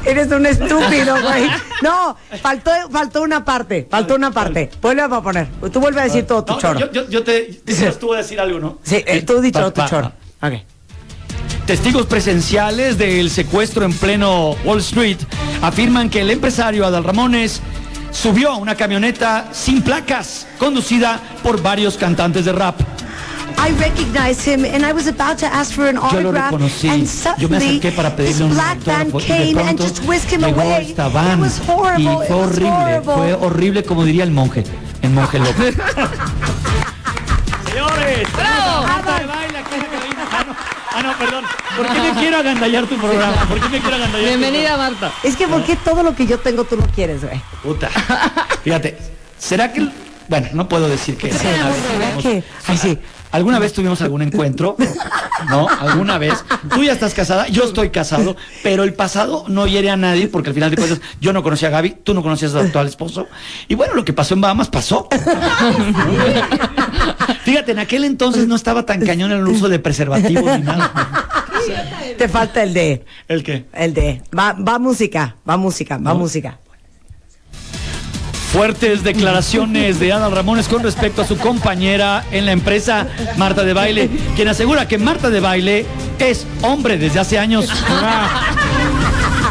Speaker 4: Eres un estúpido, güey. No, faltó, faltó una parte, faltó una parte. Vuelve a poner. Tú vuelve a decir todo tu
Speaker 9: No,
Speaker 4: choro.
Speaker 9: Yo, yo- yo te decías tú a decir algo, ¿no?
Speaker 4: Sí, eh, tú di
Speaker 9: Va,
Speaker 4: todo tu
Speaker 9: va,
Speaker 4: choro. Ok.
Speaker 9: Testigos presenciales del secuestro en pleno Wall Street afirman que el empresario Adal Ramones subió a una camioneta sin placas, conducida por varios cantantes de rap.
Speaker 4: I recognized him and I was about to ask for an
Speaker 9: Yo lo
Speaker 4: autograph
Speaker 9: reconocí.
Speaker 4: and
Speaker 9: Yo me
Speaker 4: suddenly
Speaker 9: acerqué para
Speaker 4: this
Speaker 9: pedirle un
Speaker 4: black van
Speaker 9: autógrafo y de
Speaker 4: came and
Speaker 9: pronto
Speaker 4: just whisked him
Speaker 9: llegó
Speaker 4: away.
Speaker 9: esta van
Speaker 4: It was
Speaker 9: y
Speaker 4: horrible.
Speaker 9: fue
Speaker 4: it was
Speaker 9: horrible,
Speaker 4: horrible.
Speaker 9: fue horrible como diría el monje, el monje loco. Señores, Marta de baile, aquí en la cabina. Ah, no, Ah, no, perdón. ¿Por qué me quiero agandallar tu programa? ¿Por qué me quiero agandallar tu
Speaker 5: Bienvenida, Marta.
Speaker 4: Es que ¿por qué todo lo que yo tengo tú lo quieres, güey?
Speaker 9: Puta. Fíjate, ¿será que.? el- Bueno, no puedo decir que.
Speaker 4: ¿Qué? Ay, sí.
Speaker 9: ¿Alguna vez tuvimos algún encuentro? ¿No? ¿Alguna vez? Tú ya estás casada, yo estoy casado, pero el pasado no hiere a nadie porque al final de cuentas yo no conocía a Gaby, tú no conocías a tu actual esposo. Y bueno, lo que pasó en Bahamas pasó. Fíjate, en aquel entonces no estaba tan cañón el uso de preservativos ni nada.
Speaker 4: Te falta el de,
Speaker 9: ¿El qué?
Speaker 4: el de. Va, va música, va música, va música.
Speaker 9: Fuertes declaraciones de Adal Ramones con respecto a su compañera en la empresa Marta de Baile, quien asegura que Marta de Baile es hombre desde hace años.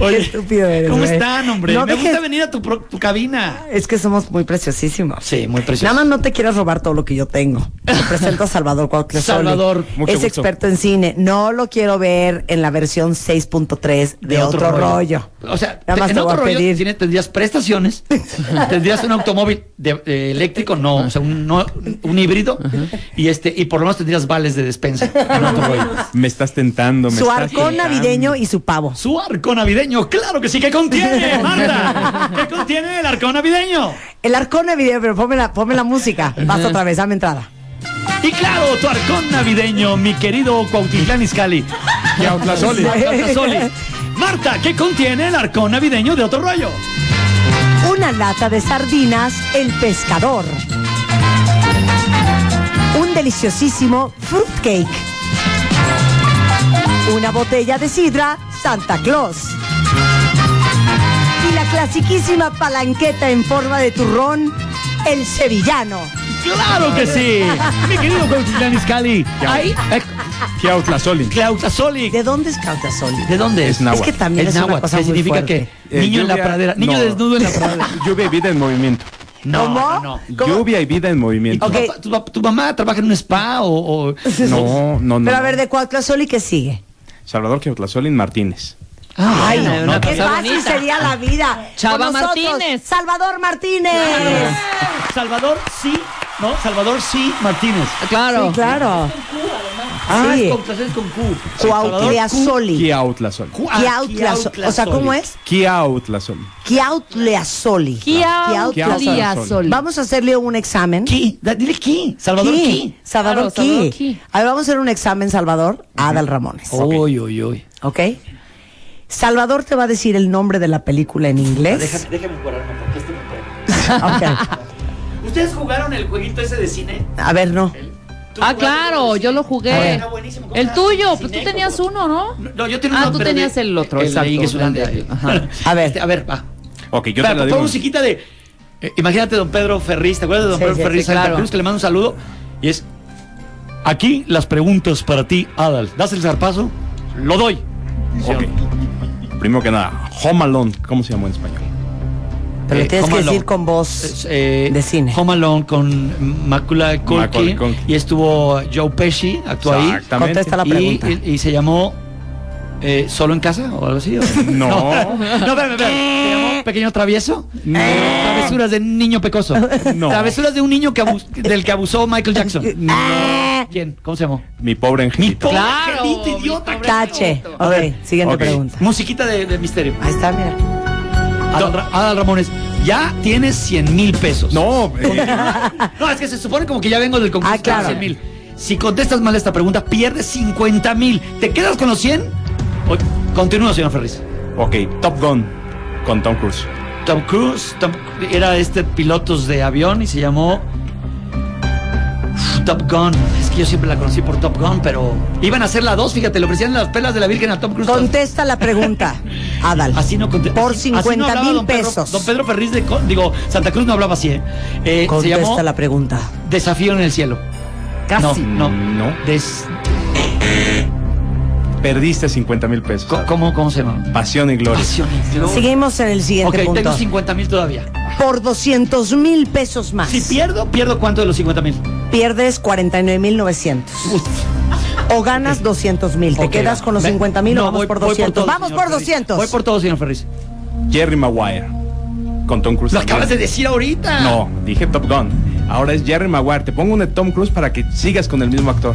Speaker 9: Oye,
Speaker 4: Qué estúpido eres,
Speaker 9: ¿Cómo
Speaker 4: güey.
Speaker 9: están, hombre?
Speaker 4: No
Speaker 9: Me
Speaker 4: dejes-
Speaker 9: gusta venir a tu, pro- tu cabina.
Speaker 4: Es que somos muy preciosísimos.
Speaker 9: Sí, muy precioso.
Speaker 4: Nada más no te quieras robar todo lo que yo tengo. Te presento a Salvador Cuauhtlazoli.
Speaker 9: Salvador,
Speaker 6: mucho
Speaker 4: es
Speaker 6: gusto.
Speaker 4: experto en cine. No lo quiero ver en la versión 6.3 de, otro, rollo.
Speaker 9: O sea,
Speaker 4: Nada
Speaker 9: te-
Speaker 4: más
Speaker 9: en
Speaker 4: te voy
Speaker 9: otro
Speaker 4: a
Speaker 9: rollo
Speaker 4: pedir.
Speaker 9: tienes- tendrías prestaciones, tendrías un automóvil de- de eléctrico, no, o sea, un, no- un híbrido, y este, y por lo menos tendrías vales de despensa. en otro rollo.
Speaker 6: Me estás tentando. Me
Speaker 4: Su
Speaker 6: estás
Speaker 4: arcón
Speaker 6: tentando.
Speaker 4: navideño y su pavo.
Speaker 9: Su arco navideño, claro que sí, ¿qué contiene, Marta? ¿Qué contiene el arco navideño?
Speaker 4: El arcón navideño, pero ponme la, ponme la música. Vas otra vez, dame entrada.
Speaker 9: Y claro, tu arcón navideño, mi querido Cuautitlán Izcalli.
Speaker 6: Y a Otlazoli.
Speaker 9: Soli. Marta, ¿qué contiene el arcón navideño de otro rollo?
Speaker 4: Una lata de sardinas, el pescador. Un deliciosísimo fruitcake. Una botella de sidra, Santa Claus. Y la clasiquísima palanqueta en forma de turrón, el sevillano.
Speaker 9: ¡Claro que sí! Mi querido Cuautitlán Izcalli. Ahí, eh,
Speaker 6: Y a Otlazoli.
Speaker 9: Clautasoli.
Speaker 4: ¿De dónde es Cautasoli?
Speaker 9: ¿De dónde es?
Speaker 6: Es náhuatl.
Speaker 4: Es que también es, una
Speaker 9: náhuatl,
Speaker 4: cosa
Speaker 9: que
Speaker 4: muy
Speaker 9: significa
Speaker 4: fuerte.
Speaker 9: que
Speaker 6: Eh,
Speaker 9: niño en la
Speaker 6: lluvia-
Speaker 9: pradera, niño
Speaker 6: no.
Speaker 9: desnudo en la pradera.
Speaker 6: Lluvia y vida en movimiento.
Speaker 9: No,
Speaker 4: ¿Cómo?
Speaker 9: no, no.
Speaker 4: ¿Cómo?
Speaker 6: Lluvia y vida en
Speaker 9: ¿Y tu,
Speaker 6: movimiento.
Speaker 4: Ok.
Speaker 9: papá- tu pap- tu mamá trabaja en un spa o, o-
Speaker 6: No, no, no.
Speaker 4: Pero a ver, ¿de Cuauhtlazoli qué sigue?
Speaker 6: Salvador Queotlazolin Martínez.
Speaker 9: Ah,
Speaker 4: Ay,
Speaker 9: bueno,
Speaker 4: no,
Speaker 9: no,
Speaker 4: qué
Speaker 9: no,
Speaker 4: fácil
Speaker 5: bonita. Ah,
Speaker 4: sería la vida.
Speaker 5: Chava
Speaker 4: Con nosotros,
Speaker 5: Martínez.
Speaker 4: Salvador Martínez.
Speaker 9: Salvador sí, ¿no? Salvador sí Martínez.
Speaker 5: Claro.
Speaker 4: Sí, claro.
Speaker 9: Ah,
Speaker 4: Sí.
Speaker 9: es con, es con Q.
Speaker 4: Cuautleazoli.
Speaker 6: Quiautlazoli.
Speaker 9: Q- ah,
Speaker 4: Quiautlazoli. O sea, ¿cómo es?
Speaker 6: Quiautlazoli.
Speaker 4: Quiautlazoli.
Speaker 5: Quiautlazoli.
Speaker 4: Vamos a hacerle un examen.
Speaker 9: Qui, da- dile qui, Salvador
Speaker 4: Qui.
Speaker 9: qui.
Speaker 4: Salvador
Speaker 5: Claro, Salvador
Speaker 4: Qui.
Speaker 5: Qui.
Speaker 4: A ver, vamos a hacer un examen, Salvador, a Adal Ramones.
Speaker 9: Uy, uy, uy.
Speaker 4: ¿Ok? Salvador te va a decir el nombre de la película en inglés.
Speaker 9: Ah, déjame curarme porque este me pega.
Speaker 4: Ok.
Speaker 9: ¿Ustedes jugaron el jueguito ese de cine?
Speaker 4: A ver, no.
Speaker 5: Ah, claro, yo lo jugué. El tuyo, pues tú tenías uno, ¿no?
Speaker 9: No, yo tenía
Speaker 5: Ah,
Speaker 9: uno
Speaker 5: tú
Speaker 9: verde.
Speaker 5: tenías el otro,
Speaker 9: de
Speaker 5: exacto,
Speaker 9: Ig es un
Speaker 5: el de-
Speaker 9: andrade.
Speaker 5: ajá.
Speaker 4: A ver.
Speaker 9: Este, a ver, va.
Speaker 6: Ok, yo te
Speaker 9: Pero
Speaker 6: la
Speaker 9: pon
Speaker 6: digo.
Speaker 9: musiquita de. eh, imagínate, don Pedro Ferriz. ¿Te acuerdas de don
Speaker 4: Sí,
Speaker 9: Pedro
Speaker 4: sí, sí,
Speaker 9: Ferriz? Santa
Speaker 5: claro.
Speaker 9: Cruz, que le mando un saludo. Y es. Aquí las preguntas para ti, Adal. ¿Das el zarpazo? Lo doy.
Speaker 6: Ok. primero que nada, Home Alone, ¿cómo se llamó en español?
Speaker 4: Pero
Speaker 9: Eh,
Speaker 4: lo tienes
Speaker 9: Home
Speaker 4: que decir
Speaker 9: Alone.
Speaker 4: con voz de cine.
Speaker 9: eh, Home Alone con Macula
Speaker 6: Macaulay
Speaker 9: Culkin
Speaker 6: Culkin.
Speaker 9: y estuvo Joe Pesci, actuó ahí.
Speaker 6: Exactamente. Contesta la
Speaker 9: Y-
Speaker 6: pregunta.
Speaker 9: Y, y se llamó eh, ¿Solo en casa o algo así? ¿o?
Speaker 6: No.
Speaker 9: no, espérame, espérame. ¿Se llamó Pequeño Travieso? No. Travesuras de niño pecoso.
Speaker 6: No.
Speaker 9: Travesuras de un niño que abus- del que abusó Michael Jackson. ¿Quién? ¿Cómo se llamó?
Speaker 6: Mi pobre angelito.
Speaker 9: Pobre
Speaker 4: Claro,
Speaker 9: angelito, idiota.
Speaker 4: Tache.
Speaker 9: A ver,
Speaker 4: siguiente
Speaker 9: ok.
Speaker 4: pregunta.
Speaker 9: Musiquita de, de misterio.
Speaker 4: Ahí está, mira.
Speaker 9: Adal, Ra- Adal Ramones, ya tienes 100 mil pesos.
Speaker 6: No, eh,
Speaker 9: no, es que se supone como que ya vengo del concurso.
Speaker 4: Ah, claro.
Speaker 9: 100 mil. Si contestas mal esta pregunta, pierdes 50 mil. ¿Te quedas con los 100? O- Continúa, señor Ferris.
Speaker 6: Ok, Top Gun con Tom Cruise.
Speaker 9: Tom Cruise Tom- era este pilotos de avión y se llamó Top Gun. Es que yo siempre la conocí por Top Gun, pero iban a hacer la dos, fíjate, le ofrecían las pelas de la Virgen a Tom Cruise.
Speaker 4: Contesta la pregunta, Adal.
Speaker 9: Así no conte-
Speaker 4: Por
Speaker 9: así- así no
Speaker 4: 50
Speaker 9: hablaba
Speaker 4: mil
Speaker 9: don Pedro-
Speaker 4: pesos.
Speaker 9: don Pedro Ferriz de Co- digo, Santa Cruz no hablaba así, ¿eh? Eh, se llamó
Speaker 4: Contesta la pregunta.
Speaker 9: Desafío en el cielo.
Speaker 8: Casi.
Speaker 9: No, no.
Speaker 6: No.
Speaker 9: Des-
Speaker 6: Perdiste 50 mil pesos.
Speaker 9: co- ¿cómo, ¿Cómo se llama?
Speaker 6: Pasión y gloria.
Speaker 9: Pasión en el cielo.
Speaker 4: Seguimos en el
Speaker 9: Ok,
Speaker 4: siguiente
Speaker 9: tengo
Speaker 4: punto.
Speaker 9: 50 mil todavía.
Speaker 4: Por 200 mil pesos más,
Speaker 9: Si pierdo, pierdo cuánto de los 50 mil.
Speaker 4: pierdes 49 mil 900. O ganas 200 mil. ¿Te
Speaker 9: Ok,
Speaker 4: quedas
Speaker 9: va.
Speaker 4: con los
Speaker 9: Ve-
Speaker 4: 50 mil
Speaker 9: No,
Speaker 4: o vamos
Speaker 9: voy-
Speaker 4: por
Speaker 9: voy
Speaker 4: 200?
Speaker 9: todo,
Speaker 4: vamos
Speaker 9: señor
Speaker 4: por
Speaker 9: Ferris.
Speaker 4: 200.
Speaker 9: Voy por todo, señor Ferris.
Speaker 6: Jerry Maguire con Tom Cruise.
Speaker 9: Lo
Speaker 6: también.
Speaker 9: acabas de decir ahorita.
Speaker 6: No, dije Top Gun. Ahora es Jerry Maguire. Te pongo una de Tom Cruise para que sigas con el mismo actor.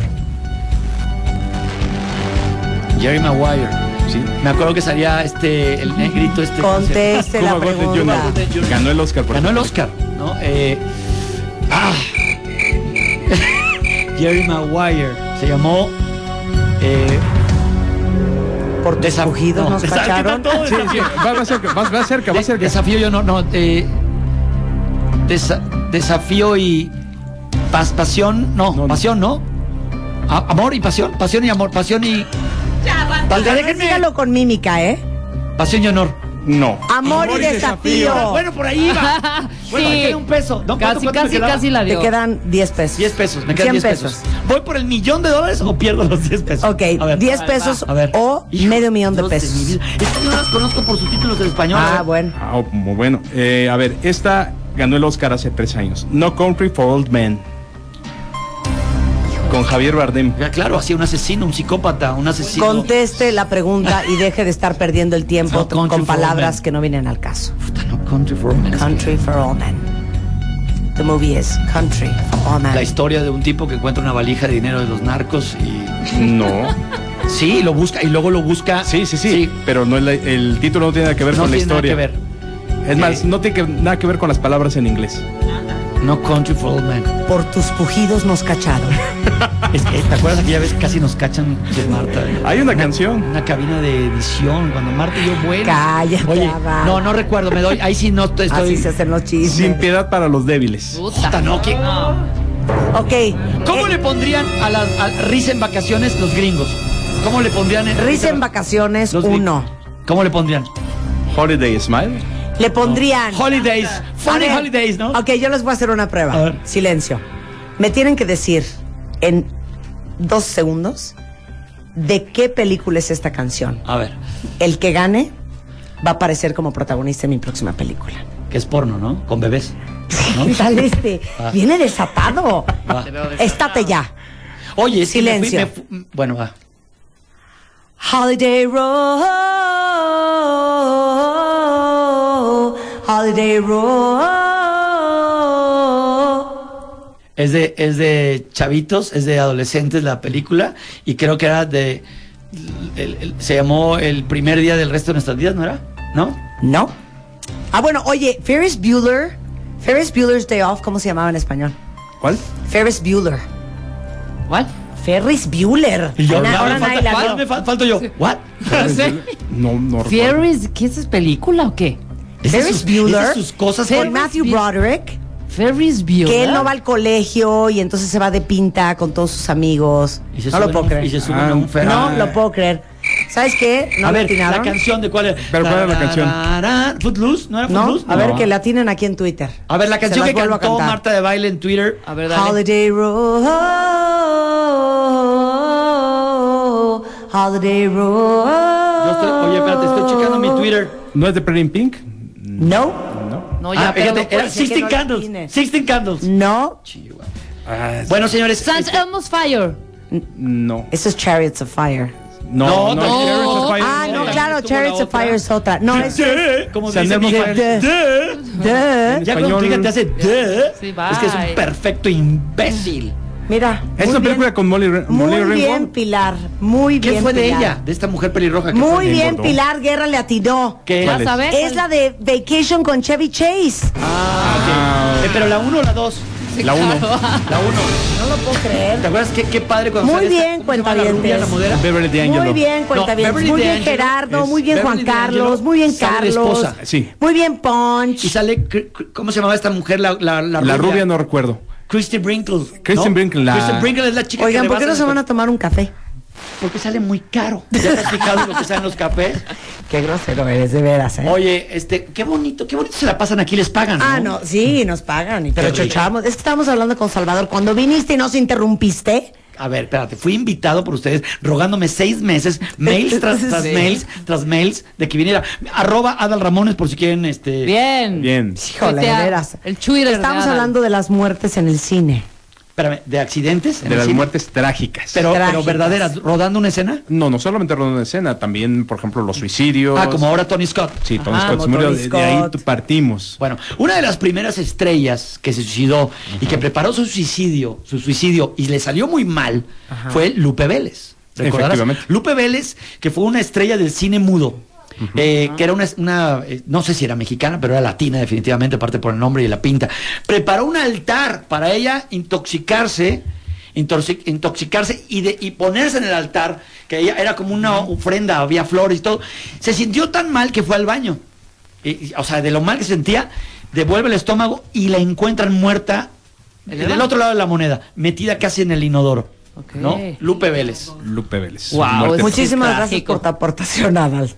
Speaker 9: Jerry Maguire.
Speaker 6: ¿Sí?
Speaker 9: Me acuerdo que salía este, el negrito este.
Speaker 4: Conteste la
Speaker 6: Cuba Gooding
Speaker 4: pregunta.
Speaker 6: Jr. Ganó el Oscar por
Speaker 9: Ganó el Oscar, ¿no? Eh, ah. Jerry Maguire se llamó. Eh,
Speaker 4: Por
Speaker 9: Desa-
Speaker 4: desafío
Speaker 9: no,
Speaker 4: nos
Speaker 9: ¿sabes qué
Speaker 4: cacharon.
Speaker 9: tanto?
Speaker 6: Sí, sí, va, va cerca, va, va cerca, va
Speaker 9: De-
Speaker 6: cerca.
Speaker 9: desafío yo no, no. eh, desa- desafío y pas- pasión, no,
Speaker 6: No, no.
Speaker 9: pasión, ¿no? A- amor y pasión, pasión y amor, pasión y. Pas- déjenme-
Speaker 4: Dígalo con mímica, ¿eh?
Speaker 9: Pasión y honor.
Speaker 6: No.
Speaker 4: Amor, y desafío.
Speaker 9: Bueno, por ahí va. Bueno,
Speaker 5: Sí.
Speaker 9: me queda un peso. No, ¿cuánto-
Speaker 5: Casi,
Speaker 9: cuánto me
Speaker 5: casi,
Speaker 9: quedaba?
Speaker 5: casi la
Speaker 4: Te
Speaker 5: dio.
Speaker 4: quedan 10 pesos.
Speaker 9: 10 pesos, me quedan
Speaker 4: 100
Speaker 9: 10 pesos. ¿Voy por el millón de dólares o pierdo los 10 pesos?
Speaker 4: Ok,
Speaker 9: A ver.
Speaker 4: 10
Speaker 9: A ver,
Speaker 4: pesos
Speaker 9: va. A ver.
Speaker 4: o
Speaker 9: Hijo,
Speaker 4: medio millón de
Speaker 9: Dios
Speaker 4: pesos.
Speaker 9: mi vida. es que yo las conozco por sus títulos en español. A
Speaker 4: Ah,
Speaker 9: ver.
Speaker 4: bueno.
Speaker 6: Ah, muy bueno. Eh, a ver, esta ganó el Oscar hace tres años. No Country for Old Men. Con Javier Bardem.
Speaker 9: Ya, Claro, así un asesino, un psicópata, un asesino.
Speaker 4: Conteste la pregunta y deje de estar perdiendo el tiempo
Speaker 9: No,
Speaker 4: t- con
Speaker 9: country for
Speaker 4: palabras
Speaker 9: men.
Speaker 4: que no vienen al caso.
Speaker 9: Puta, no, Country for Women.
Speaker 4: Country for all men. The movie is Country for all men.
Speaker 9: La historia de un tipo que encuentra una valija de dinero de los narcos y.
Speaker 6: No.
Speaker 9: Sí, lo busca y luego lo busca.
Speaker 6: Sí, sí, sí. Pero no es la- el título no tiene nada que ver
Speaker 9: no
Speaker 6: con la
Speaker 9: tiene nada
Speaker 6: historia.
Speaker 9: que ver.
Speaker 6: Es más, no tiene que- nada que ver con las palabras en inglés.
Speaker 9: No Country for Old Men.
Speaker 4: Por tus pujidos nos cacharon.
Speaker 9: Es que, ¿Te acuerdas aquella vez casi nos cachan de Marta?
Speaker 6: Hay una canción.
Speaker 9: Una cabina de edición, cuando Marta y yo vuelan.
Speaker 4: Cállate,
Speaker 9: Oye,
Speaker 4: Abad.
Speaker 9: no, no recuerdo, me doy. Ahí sí no te estoy.
Speaker 4: Así se hacen los
Speaker 6: Sin
Speaker 4: chismes.
Speaker 6: piedad para los débiles.
Speaker 9: Puta,
Speaker 5: Puta.
Speaker 9: no, ¿qué-
Speaker 4: Ok.
Speaker 9: ¿Cómo le pondrían a las a Risa en vacaciones los gringos? ¿Cómo le pondrían en
Speaker 4: Risa en vacaciones,
Speaker 9: los gringos?
Speaker 4: uno.
Speaker 9: ¿Cómo le pondrían?
Speaker 6: Holiday Smile.
Speaker 4: Le pondrían.
Speaker 9: Holidays. Funny
Speaker 4: A ver,
Speaker 9: holidays, ¿no?
Speaker 4: Ok, yo les voy a hacer una prueba.
Speaker 9: A ver.
Speaker 4: Silencio. Me tienen que decir en dos segundos de qué película es esta canción.
Speaker 9: A ver,
Speaker 4: El que gane va a aparecer como protagonista en mi próxima película.
Speaker 9: que es porno, ¿no? Con bebés.
Speaker 4: ¿Qué tal este?
Speaker 9: Ah.
Speaker 4: Viene desatado.
Speaker 9: Va.
Speaker 4: Estate ya.
Speaker 9: Oye, es que me fui-
Speaker 4: Silencio.
Speaker 9: me fu- mm, bueno, va.
Speaker 4: Holiday Row. Holiday Row.
Speaker 9: Es de, es de chavitos, es de adolescentes la película. Y creo que era de. el- el- se llamó El primer día del resto de nuestras vidas, ¿no era? ¿No?
Speaker 4: No. Ah, bueno, oye, Ferris Bueller. Ferris Bueller's Day Off, ¿cómo se llamaba en español?
Speaker 6: ¿Cuál?
Speaker 4: Ferris Bueller.
Speaker 5: ¿Cuál?
Speaker 4: Ferris Bueller. Na-
Speaker 9: ahora
Speaker 4: ahora
Speaker 9: me
Speaker 4: nadie
Speaker 9: falta-
Speaker 4: la
Speaker 9: ahora me
Speaker 4: vio.
Speaker 9: fal- falto yo. ¿What?
Speaker 6: No, no recuerdo.
Speaker 5: Ferris, ¿qué es esa película o qué?
Speaker 9: Ese es
Speaker 4: Ferris
Speaker 9: sus-
Speaker 4: Bueller
Speaker 9: ese es sus cosas
Speaker 4: Con
Speaker 9: con-
Speaker 4: Matthew
Speaker 5: Bueller.
Speaker 4: Broderick,
Speaker 5: Ferris Bueller.
Speaker 4: que él no va al colegio y entonces se va de pinta con todos sus amigos.
Speaker 9: Y se
Speaker 4: No lo
Speaker 9: suben
Speaker 4: puedo
Speaker 9: a un- Y
Speaker 4: creer.
Speaker 9: se suben
Speaker 6: Ah,
Speaker 9: a un ferro.
Speaker 4: No lo puedo creer. ¿Sabes qué? No
Speaker 9: a
Speaker 4: le
Speaker 9: ver, la
Speaker 4: atinaron.
Speaker 9: canción de cuál era.
Speaker 6: Pero, ¿cuál era la canción?
Speaker 9: Tararán, Footloose, Ah, pues, ¿no era
Speaker 4: No,
Speaker 9: Footloose?
Speaker 4: a ver
Speaker 6: No.
Speaker 4: que la atinen aquí en Twitter.
Speaker 9: A ver, la
Speaker 4: Se
Speaker 9: canción
Speaker 4: las
Speaker 9: que
Speaker 4: vuelvo a
Speaker 9: cantó
Speaker 4: cantar.
Speaker 9: Marta de Baile en Twitter.
Speaker 5: A ver, dale.
Speaker 4: Holiday Row. Holiday Row.
Speaker 9: Yo No estoy- oye, espérate, estoy checando mi Twitter.
Speaker 6: ¿No es de Pretty in Pink?
Speaker 4: No.
Speaker 9: No,
Speaker 4: ya,
Speaker 9: ah,
Speaker 4: pero
Speaker 9: fíjate,
Speaker 4: no puede
Speaker 9: era
Speaker 4: ser que
Speaker 9: 16
Speaker 4: no
Speaker 9: Candles. 16 Candles.
Speaker 4: No.
Speaker 9: Bueno, señores.
Speaker 5: Sans
Speaker 4: Este-
Speaker 5: Elmo's Fire.
Speaker 6: Ah, No.
Speaker 4: Eso es Chariots of Fire.
Speaker 9: No, no,
Speaker 4: no.
Speaker 9: Chariots of Fire
Speaker 4: Ah,
Speaker 9: es
Speaker 4: no,
Speaker 9: otra.
Speaker 4: claro,
Speaker 9: Estuvo la
Speaker 4: Chariots of
Speaker 9: otra.
Speaker 4: Fire es otra. No,
Speaker 9: Duh,
Speaker 4: es.
Speaker 9: Como
Speaker 4: San
Speaker 9: dice mi
Speaker 4: Elmo's
Speaker 9: hija,
Speaker 4: Fire.
Speaker 9: duh.
Speaker 4: Duh.
Speaker 9: Ya cuando tu hija te hace duh,
Speaker 5: Sí,
Speaker 9: es que es
Speaker 5: bye.
Speaker 9: un perfecto imbécil.
Speaker 4: Mira.
Speaker 6: Es
Speaker 4: muy
Speaker 6: una
Speaker 4: bien.
Speaker 6: película con Molly, Re- Molly
Speaker 4: Muy bien,
Speaker 6: Ringwald.
Speaker 4: Pilar. Muy bien.
Speaker 9: ¿Qué fue de
Speaker 4: Pilar.
Speaker 9: ella? De esta mujer pelirroja. que fue?
Speaker 4: Muy bien,
Speaker 6: engordó.
Speaker 4: Pilar Guerra le atinó.
Speaker 9: ¿Qué?
Speaker 5: Ya
Speaker 6: ¿Cuál es?
Speaker 5: sabes.
Speaker 4: Es la de Vacation con Chevy Chase.
Speaker 9: Ah, ok. Eh, pero la 1 o la 2.
Speaker 6: La uno.
Speaker 9: La 1.
Speaker 4: No lo puedo creer.
Speaker 9: ¿Te acuerdas qué, qué padre cuando
Speaker 4: Muy
Speaker 9: sale esta-
Speaker 4: bien,
Speaker 9: ¿cómo se llama la rubia,
Speaker 4: cuentavientes.
Speaker 9: la modera?
Speaker 6: Beverly D'Angelo.
Speaker 4: Muy bien, cuenta bien.
Speaker 9: Beverly
Speaker 4: Muy bien,
Speaker 9: D'Angelo
Speaker 4: Gerardo.
Speaker 9: es-
Speaker 4: Muy bien, Juan
Speaker 9: Beverly D'Angelo
Speaker 4: Carlos. Muy bien,
Speaker 9: sale de
Speaker 4: Carlos.
Speaker 9: esposa.
Speaker 6: Sí.
Speaker 4: Muy bien,
Speaker 9: Y
Speaker 4: Punch.
Speaker 9: sale, cr- cr- ¿cómo se llamaba esta mujer? La, la, la,
Speaker 6: La rubia no recuerdo.
Speaker 9: Christy Brinkle.
Speaker 6: Christy Brinkley, la-
Speaker 9: Christy Brinkle es la chica
Speaker 4: Oigan,
Speaker 9: que
Speaker 4: ¿por qué no se van a tomar un café?
Speaker 9: Porque sale muy caro. ¿Ya te has fijado en lo que salen los cafés?
Speaker 4: Qué grosero eres, de veras, ¿eh?
Speaker 9: Oye, este, qué bonito, qué bonito se la pasan aquí, les pagan,
Speaker 4: Ah, no, sí, nos pagan. Y pero
Speaker 9: rico.
Speaker 4: chochamos. Es que estábamos hablando con Salvador. Cuando viniste y nos interrumpiste.
Speaker 9: A ver, espérate, fui invitado por ustedes, rogándome seis meses, mails tras, tras
Speaker 4: Sí.
Speaker 9: mails, tras mails, de que viniera. Arroba Adal Ramones por si quieren, este...
Speaker 5: Bien.
Speaker 6: Bien.
Speaker 4: Híjole, de
Speaker 5: Tuitea.
Speaker 4: veras.
Speaker 5: El Twitter de
Speaker 4: Estamos
Speaker 5: Adal.
Speaker 4: hablando de las muertes en el cine.
Speaker 9: Espérame, de accidentes. en
Speaker 6: De
Speaker 9: el
Speaker 6: las
Speaker 9: cine?
Speaker 6: muertes trágicas.
Speaker 9: Pero, pero
Speaker 4: Trágicas.
Speaker 9: verdaderas, rodando una escena.
Speaker 6: No, no solamente rodando una escena, también, por ejemplo, los suicidios.
Speaker 9: Ah, como ahora Tony Scott.
Speaker 6: Sí, Tony
Speaker 4: Ajá,
Speaker 6: Scott se
Speaker 4: como
Speaker 6: murió.
Speaker 4: Tony
Speaker 6: De, de ahí
Speaker 4: Scott.
Speaker 6: t- partimos.
Speaker 9: Bueno, una de las primeras estrellas que se suicidó y que preparó su suicidio, su suicidio y le salió muy mal fue Lupe Vélez. ¿Recordarás?
Speaker 6: Efectivamente.
Speaker 9: Lupe Vélez, que fue una estrella del cine mudo. eh, que era una, una, eh, no sé si era mexicana, pero era latina definitivamente, aparte por el nombre y la pinta. Preparó un altar para ella intoxicarse, intoxi- intoxicarse y, de, y ponerse en el altar, que ella era como una ofrenda, había flores y todo. Se sintió tan mal que fue al baño. Y- y, o sea, de lo mal que se sentía, devuelve el estómago y la encuentran muerta
Speaker 5: ¿En el
Speaker 9: del
Speaker 5: baño?
Speaker 9: otro lado de la moneda, metida casi en el inodoro.
Speaker 5: Ok.
Speaker 9: ¿No? Lupe Vélez.
Speaker 6: Lupe Vélez.
Speaker 5: Wow,
Speaker 6: Muerte-
Speaker 5: es-
Speaker 4: Muchísimas
Speaker 5: trágico.
Speaker 4: gracias por tu aportación, Adal.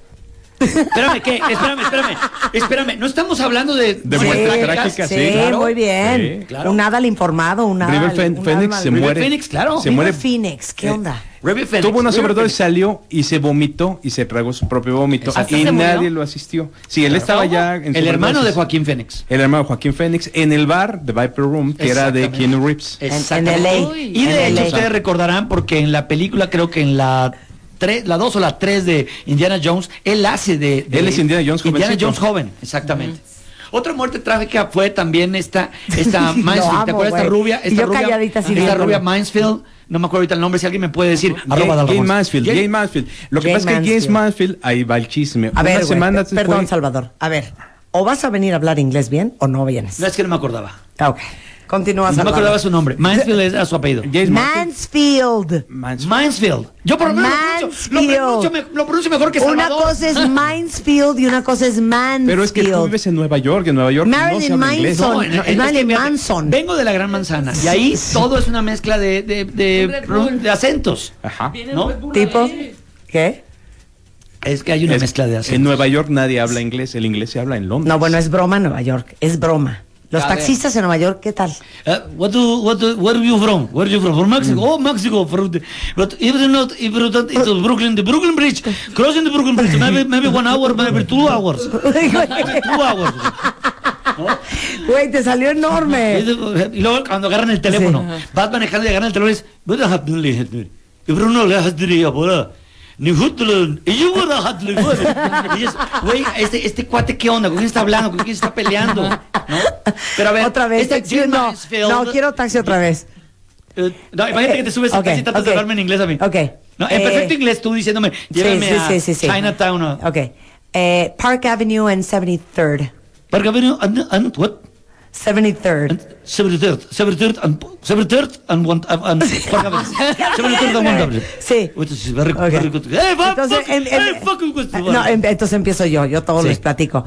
Speaker 9: espérame, ¿qué? Espérame, espérame. Espérame, no estamos hablando de.
Speaker 6: De
Speaker 9: Sí,
Speaker 6: muertes
Speaker 9: claro.
Speaker 6: trágicas,
Speaker 4: sí,
Speaker 6: sí, claro.
Speaker 4: muy bien.
Speaker 6: Sí,
Speaker 9: claro.
Speaker 4: Un Adal informado, un Adal.
Speaker 6: River Fen-
Speaker 4: un
Speaker 6: Phoenix
Speaker 4: Adal-
Speaker 6: se
Speaker 9: River
Speaker 6: muere.
Speaker 9: Phoenix, claro.
Speaker 6: Se
Speaker 4: River
Speaker 6: muere.
Speaker 4: Phoenix, ¿qué
Speaker 6: Eh,
Speaker 4: onda?
Speaker 9: Ruby Phoenix,
Speaker 6: Tuvo una
Speaker 9: Ruby
Speaker 6: sobredosis,
Speaker 9: Phoenix.
Speaker 6: salió y se vomitó y se tragó su propio vómito.
Speaker 5: Exacto.
Speaker 6: Y
Speaker 5: ¿Se murió?
Speaker 6: nadie lo asistió. Sí, él estaba ya en
Speaker 9: El hermano
Speaker 6: sobredosis.
Speaker 9: de Joaquín Fénix.
Speaker 6: El hermano de Joaquín Fénix en el bar de Viper Room, que era de
Speaker 9: Exactamente.
Speaker 6: Keanu Reeves.
Speaker 4: En- en
Speaker 9: Ah, Exactamente.
Speaker 4: LA.
Speaker 5: Uy.
Speaker 9: Y de
Speaker 4: En
Speaker 9: hecho,
Speaker 4: LA.
Speaker 9: ustedes recordarán, porque en la película, creo que en la. tres- la 2 o la 3 de Indiana Jones, él hace de, de-
Speaker 6: Él es Indiana Jones
Speaker 9: Indiana
Speaker 6: jovencito.
Speaker 9: Jones joven, exactamente. Otra muerte trágica fue también esta, esta Mansfield,
Speaker 4: amo,
Speaker 9: ¿te acuerdas? Esta
Speaker 4: güey.
Speaker 9: rubia,
Speaker 4: Y
Speaker 9: esta
Speaker 4: yo
Speaker 9: rubia,
Speaker 4: calladita así
Speaker 9: esta
Speaker 4: viéndolo.
Speaker 9: rubia Mansfield, no me acuerdo ahorita el nombre, si alguien me puede decir,
Speaker 6: Jane,
Speaker 9: arroba Adal
Speaker 6: Jane
Speaker 9: Ramones.
Speaker 6: Mansfield,
Speaker 9: Jane-
Speaker 6: Jane Mansfield. Lo que
Speaker 4: Jane
Speaker 6: pasa es que James
Speaker 4: Mansfield.
Speaker 6: Mansfield, ahí va el chisme.
Speaker 4: A ver,
Speaker 6: Una
Speaker 4: güey,
Speaker 6: semana después-
Speaker 4: perdón, Salvador. A ver, o vas a venir a hablar inglés bien o no vienes.
Speaker 9: No es que no me acordaba.
Speaker 4: Ah, ok. Continúa,
Speaker 9: No me
Speaker 4: Salvador.
Speaker 9: acordaba su nombre. Mansfield era su apellido.
Speaker 6: James Mansfield.
Speaker 4: Mansfield.
Speaker 6: Mansfield.
Speaker 9: Mansfield. Yo por lo menos lo pronuncio- lo
Speaker 4: Mansfield.
Speaker 9: pronuncio, me- lo pronuncio mejor que
Speaker 4: Una
Speaker 9: Salvador.
Speaker 4: cosa es Mansfield y una cosa es Mansfield.
Speaker 6: Pero es que tú vives en Nueva York, en Nueva York no se
Speaker 4: Marilyn
Speaker 6: habla inglés.
Speaker 4: Manson.
Speaker 9: No, en-
Speaker 4: No,
Speaker 9: en-
Speaker 4: Marilyn
Speaker 9: es que, fíjate,
Speaker 4: Manson.
Speaker 9: Vengo de la Gran Manzana y ahí todo es una mezcla de, de, de, de acentos.
Speaker 6: Ajá.
Speaker 9: ¿no?
Speaker 4: ¿Tipo? ¿Qué?
Speaker 9: Es que hay una
Speaker 6: Es-
Speaker 9: mezcla de
Speaker 6: En
Speaker 9: acentos.
Speaker 6: Nueva York nadie habla inglés, el inglés se habla en Londres.
Speaker 4: No, bueno, es broma Nueva York. Es broma. Los
Speaker 8: A ver.
Speaker 4: taxistas en Nueva York, ¿qué tal?
Speaker 9: Uh, what do, what do, where are you from? Where are you from? From Mexico?
Speaker 6: Mm.
Speaker 9: Oh, Mexico. From the, but if you not, if you not, it's Brooklyn, the Brooklyn Bridge. Crossing the Brooklyn Bridge, maybe, maybe one hour, maybe two hours. two hours.
Speaker 4: Güey, te salió
Speaker 9: Es
Speaker 4: enorme.
Speaker 9: de- Y luego cuando agarran el teléfono, vas manejando y agarran el teléfono y dices, "Bueno, eh, hazle, hazle". Y Bruno le hace de ahora. Ni jutlo, y yo voy a hazle, güey. Y dices, güey, este, este cuate, ¿qué onda? ¿Con quién está hablando? ¿Con quién está peleando? ¿No? Pero a ver, este
Speaker 4: otra vez.
Speaker 9: esta
Speaker 4: taxi-
Speaker 9: Jane
Speaker 4: no,
Speaker 9: Mansfield-
Speaker 4: no, quiero taxi otra vez.
Speaker 9: Eh, no, imagínate que te subes a
Speaker 4: Ok,
Speaker 9: taxi y tratas de
Speaker 4: ok.
Speaker 9: hablarme en inglés a mí.
Speaker 4: Ok.
Speaker 9: No, en
Speaker 4: Eh,
Speaker 9: perfecto inglés tú diciéndome, llévame a Chinatown. o-
Speaker 4: Ok. Eh, Park Avenue and 73rd.
Speaker 9: Park Avenue and, and what?
Speaker 4: 73rd.
Speaker 9: And 73rd, 73rd and 73rd and one and, and Park Avenue. 73rd and one Avenue.
Speaker 4: Sí.
Speaker 9: Which is very good,
Speaker 4: Ok.
Speaker 9: very good. Hey, fuck,
Speaker 4: Entonces,
Speaker 9: fuck,
Speaker 4: en- en-
Speaker 9: hey, fuck, you guys.
Speaker 4: no, en- entonces empiezo yo, yo todos
Speaker 9: Sí.
Speaker 4: les platico.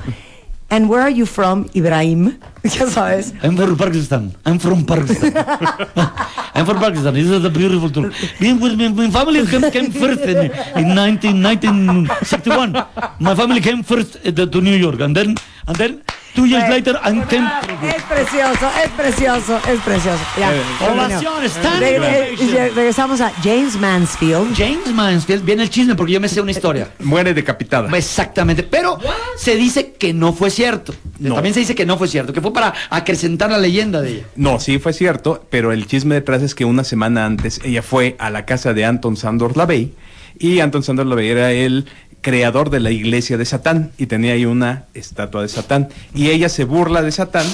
Speaker 4: And where are you from, Ibrahim? Ya sabes.
Speaker 9: I'm from Pakistan. I'm from Pakistan. I'm from Pakistan. This is a beautiful tour. Me- with me- My family came, came first in, in 19, 1961. My family came first uh, to New York, and then and then Two years later, I'm temporary.
Speaker 4: Es precioso, es precioso, es precioso. Ya,
Speaker 9: Eh,
Speaker 4: terminó.
Speaker 9: ovación, standing
Speaker 4: Re- eh,
Speaker 9: ovation.
Speaker 4: re- regresamos a James Mansfield.
Speaker 9: James Mansfield, viene el chisme porque yo me sé una historia.
Speaker 6: Muere decapitada.
Speaker 9: Pues Exactamente, pero se dice que no fue cierto.
Speaker 6: No.
Speaker 9: También se dice que no fue cierto, que fue para acrecentar la leyenda de ella.
Speaker 6: No, sí fue cierto, pero el chisme detrás es que una semana antes ella fue a la casa de Anton Sandor LaVey y Anton Sandor LaVey era el creador de la iglesia de Satán y tenía ahí una estatua de Satán y ella se burla de Satán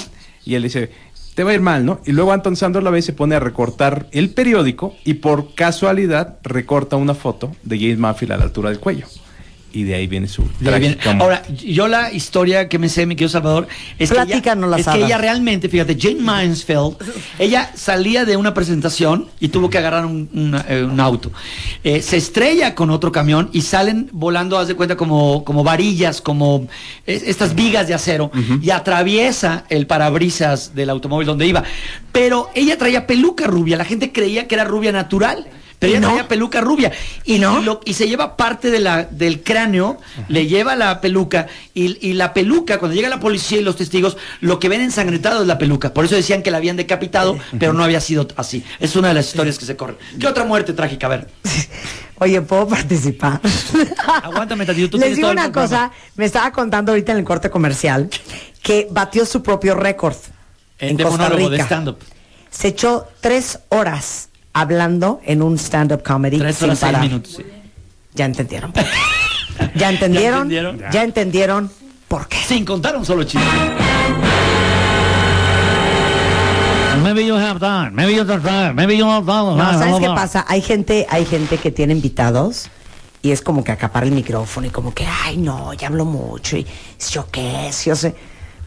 Speaker 6: y él dice, te va a ir mal, ¿no? Y luego Anton Sandor LaVey se pone a recortar el periódico y por casualidad recorta una foto de James Manfield a la altura del cuello y de ahí viene su...
Speaker 9: Ya bien.
Speaker 6: trágica muerte.
Speaker 9: Ahora, yo la historia que me sé, mi querido Salvador, es que, ella,
Speaker 4: Platícanosla,
Speaker 9: es que
Speaker 4: Sara.
Speaker 9: ella realmente, fíjate, Jane Mansfield, ella salía de una presentación y tuvo que agarrar un, una- eh, un auto. Eh, se estrella con otro camión y salen volando, haz de cuenta, como, como varillas, como eh, estas vigas de acero, y atraviesa el parabrisas del automóvil donde iba. Pero ella traía peluca rubia, la gente creía que era rubia natural. Pero
Speaker 4: ¿Y
Speaker 9: ella
Speaker 4: no?
Speaker 9: traía peluca rubia. Y,
Speaker 4: no?
Speaker 9: lo- y se lleva parte de la, del cráneo, le lleva la peluca, y, y la peluca, cuando llega la policía y los testigos, lo que ven ensangrentado es la peluca. Por eso decían que la habían decapitado, pero no había sido así. Es una de las historias que se corren. ¿Qué otra muerte trágica? A ver.
Speaker 4: Oye, ¿puedo participar?
Speaker 9: Aguántame, Tati, tú
Speaker 4: Les
Speaker 9: tienes
Speaker 4: digo
Speaker 9: todo el
Speaker 4: una
Speaker 9: programa.
Speaker 4: cosa, me estaba contando ahorita en el corte comercial que batió su propio récord en
Speaker 9: Eh, de
Speaker 4: Costa
Speaker 9: monólogo, de
Speaker 4: Rica.
Speaker 9: stand-up.
Speaker 4: Se echó tres horas hablando en un stand-up comedy
Speaker 9: Tres
Speaker 4: sin
Speaker 9: horas, seis
Speaker 4: parar.
Speaker 9: minutos. sí.
Speaker 4: Ya entendieron. ya entendieron.
Speaker 9: Ya
Speaker 4: ya
Speaker 9: entendieron.
Speaker 4: entendieron. por qué.
Speaker 9: Sin contar un solo chiste.
Speaker 8: Maybe you have done. Maybe you don't try. Maybe you don't follow.
Speaker 4: No, ¿sabes qué pasa? Hay gente, hay gente que tiene invitados y es como que acapar el micrófono y como que, ay, no, ya hablo mucho y si yo qué, si yo sé.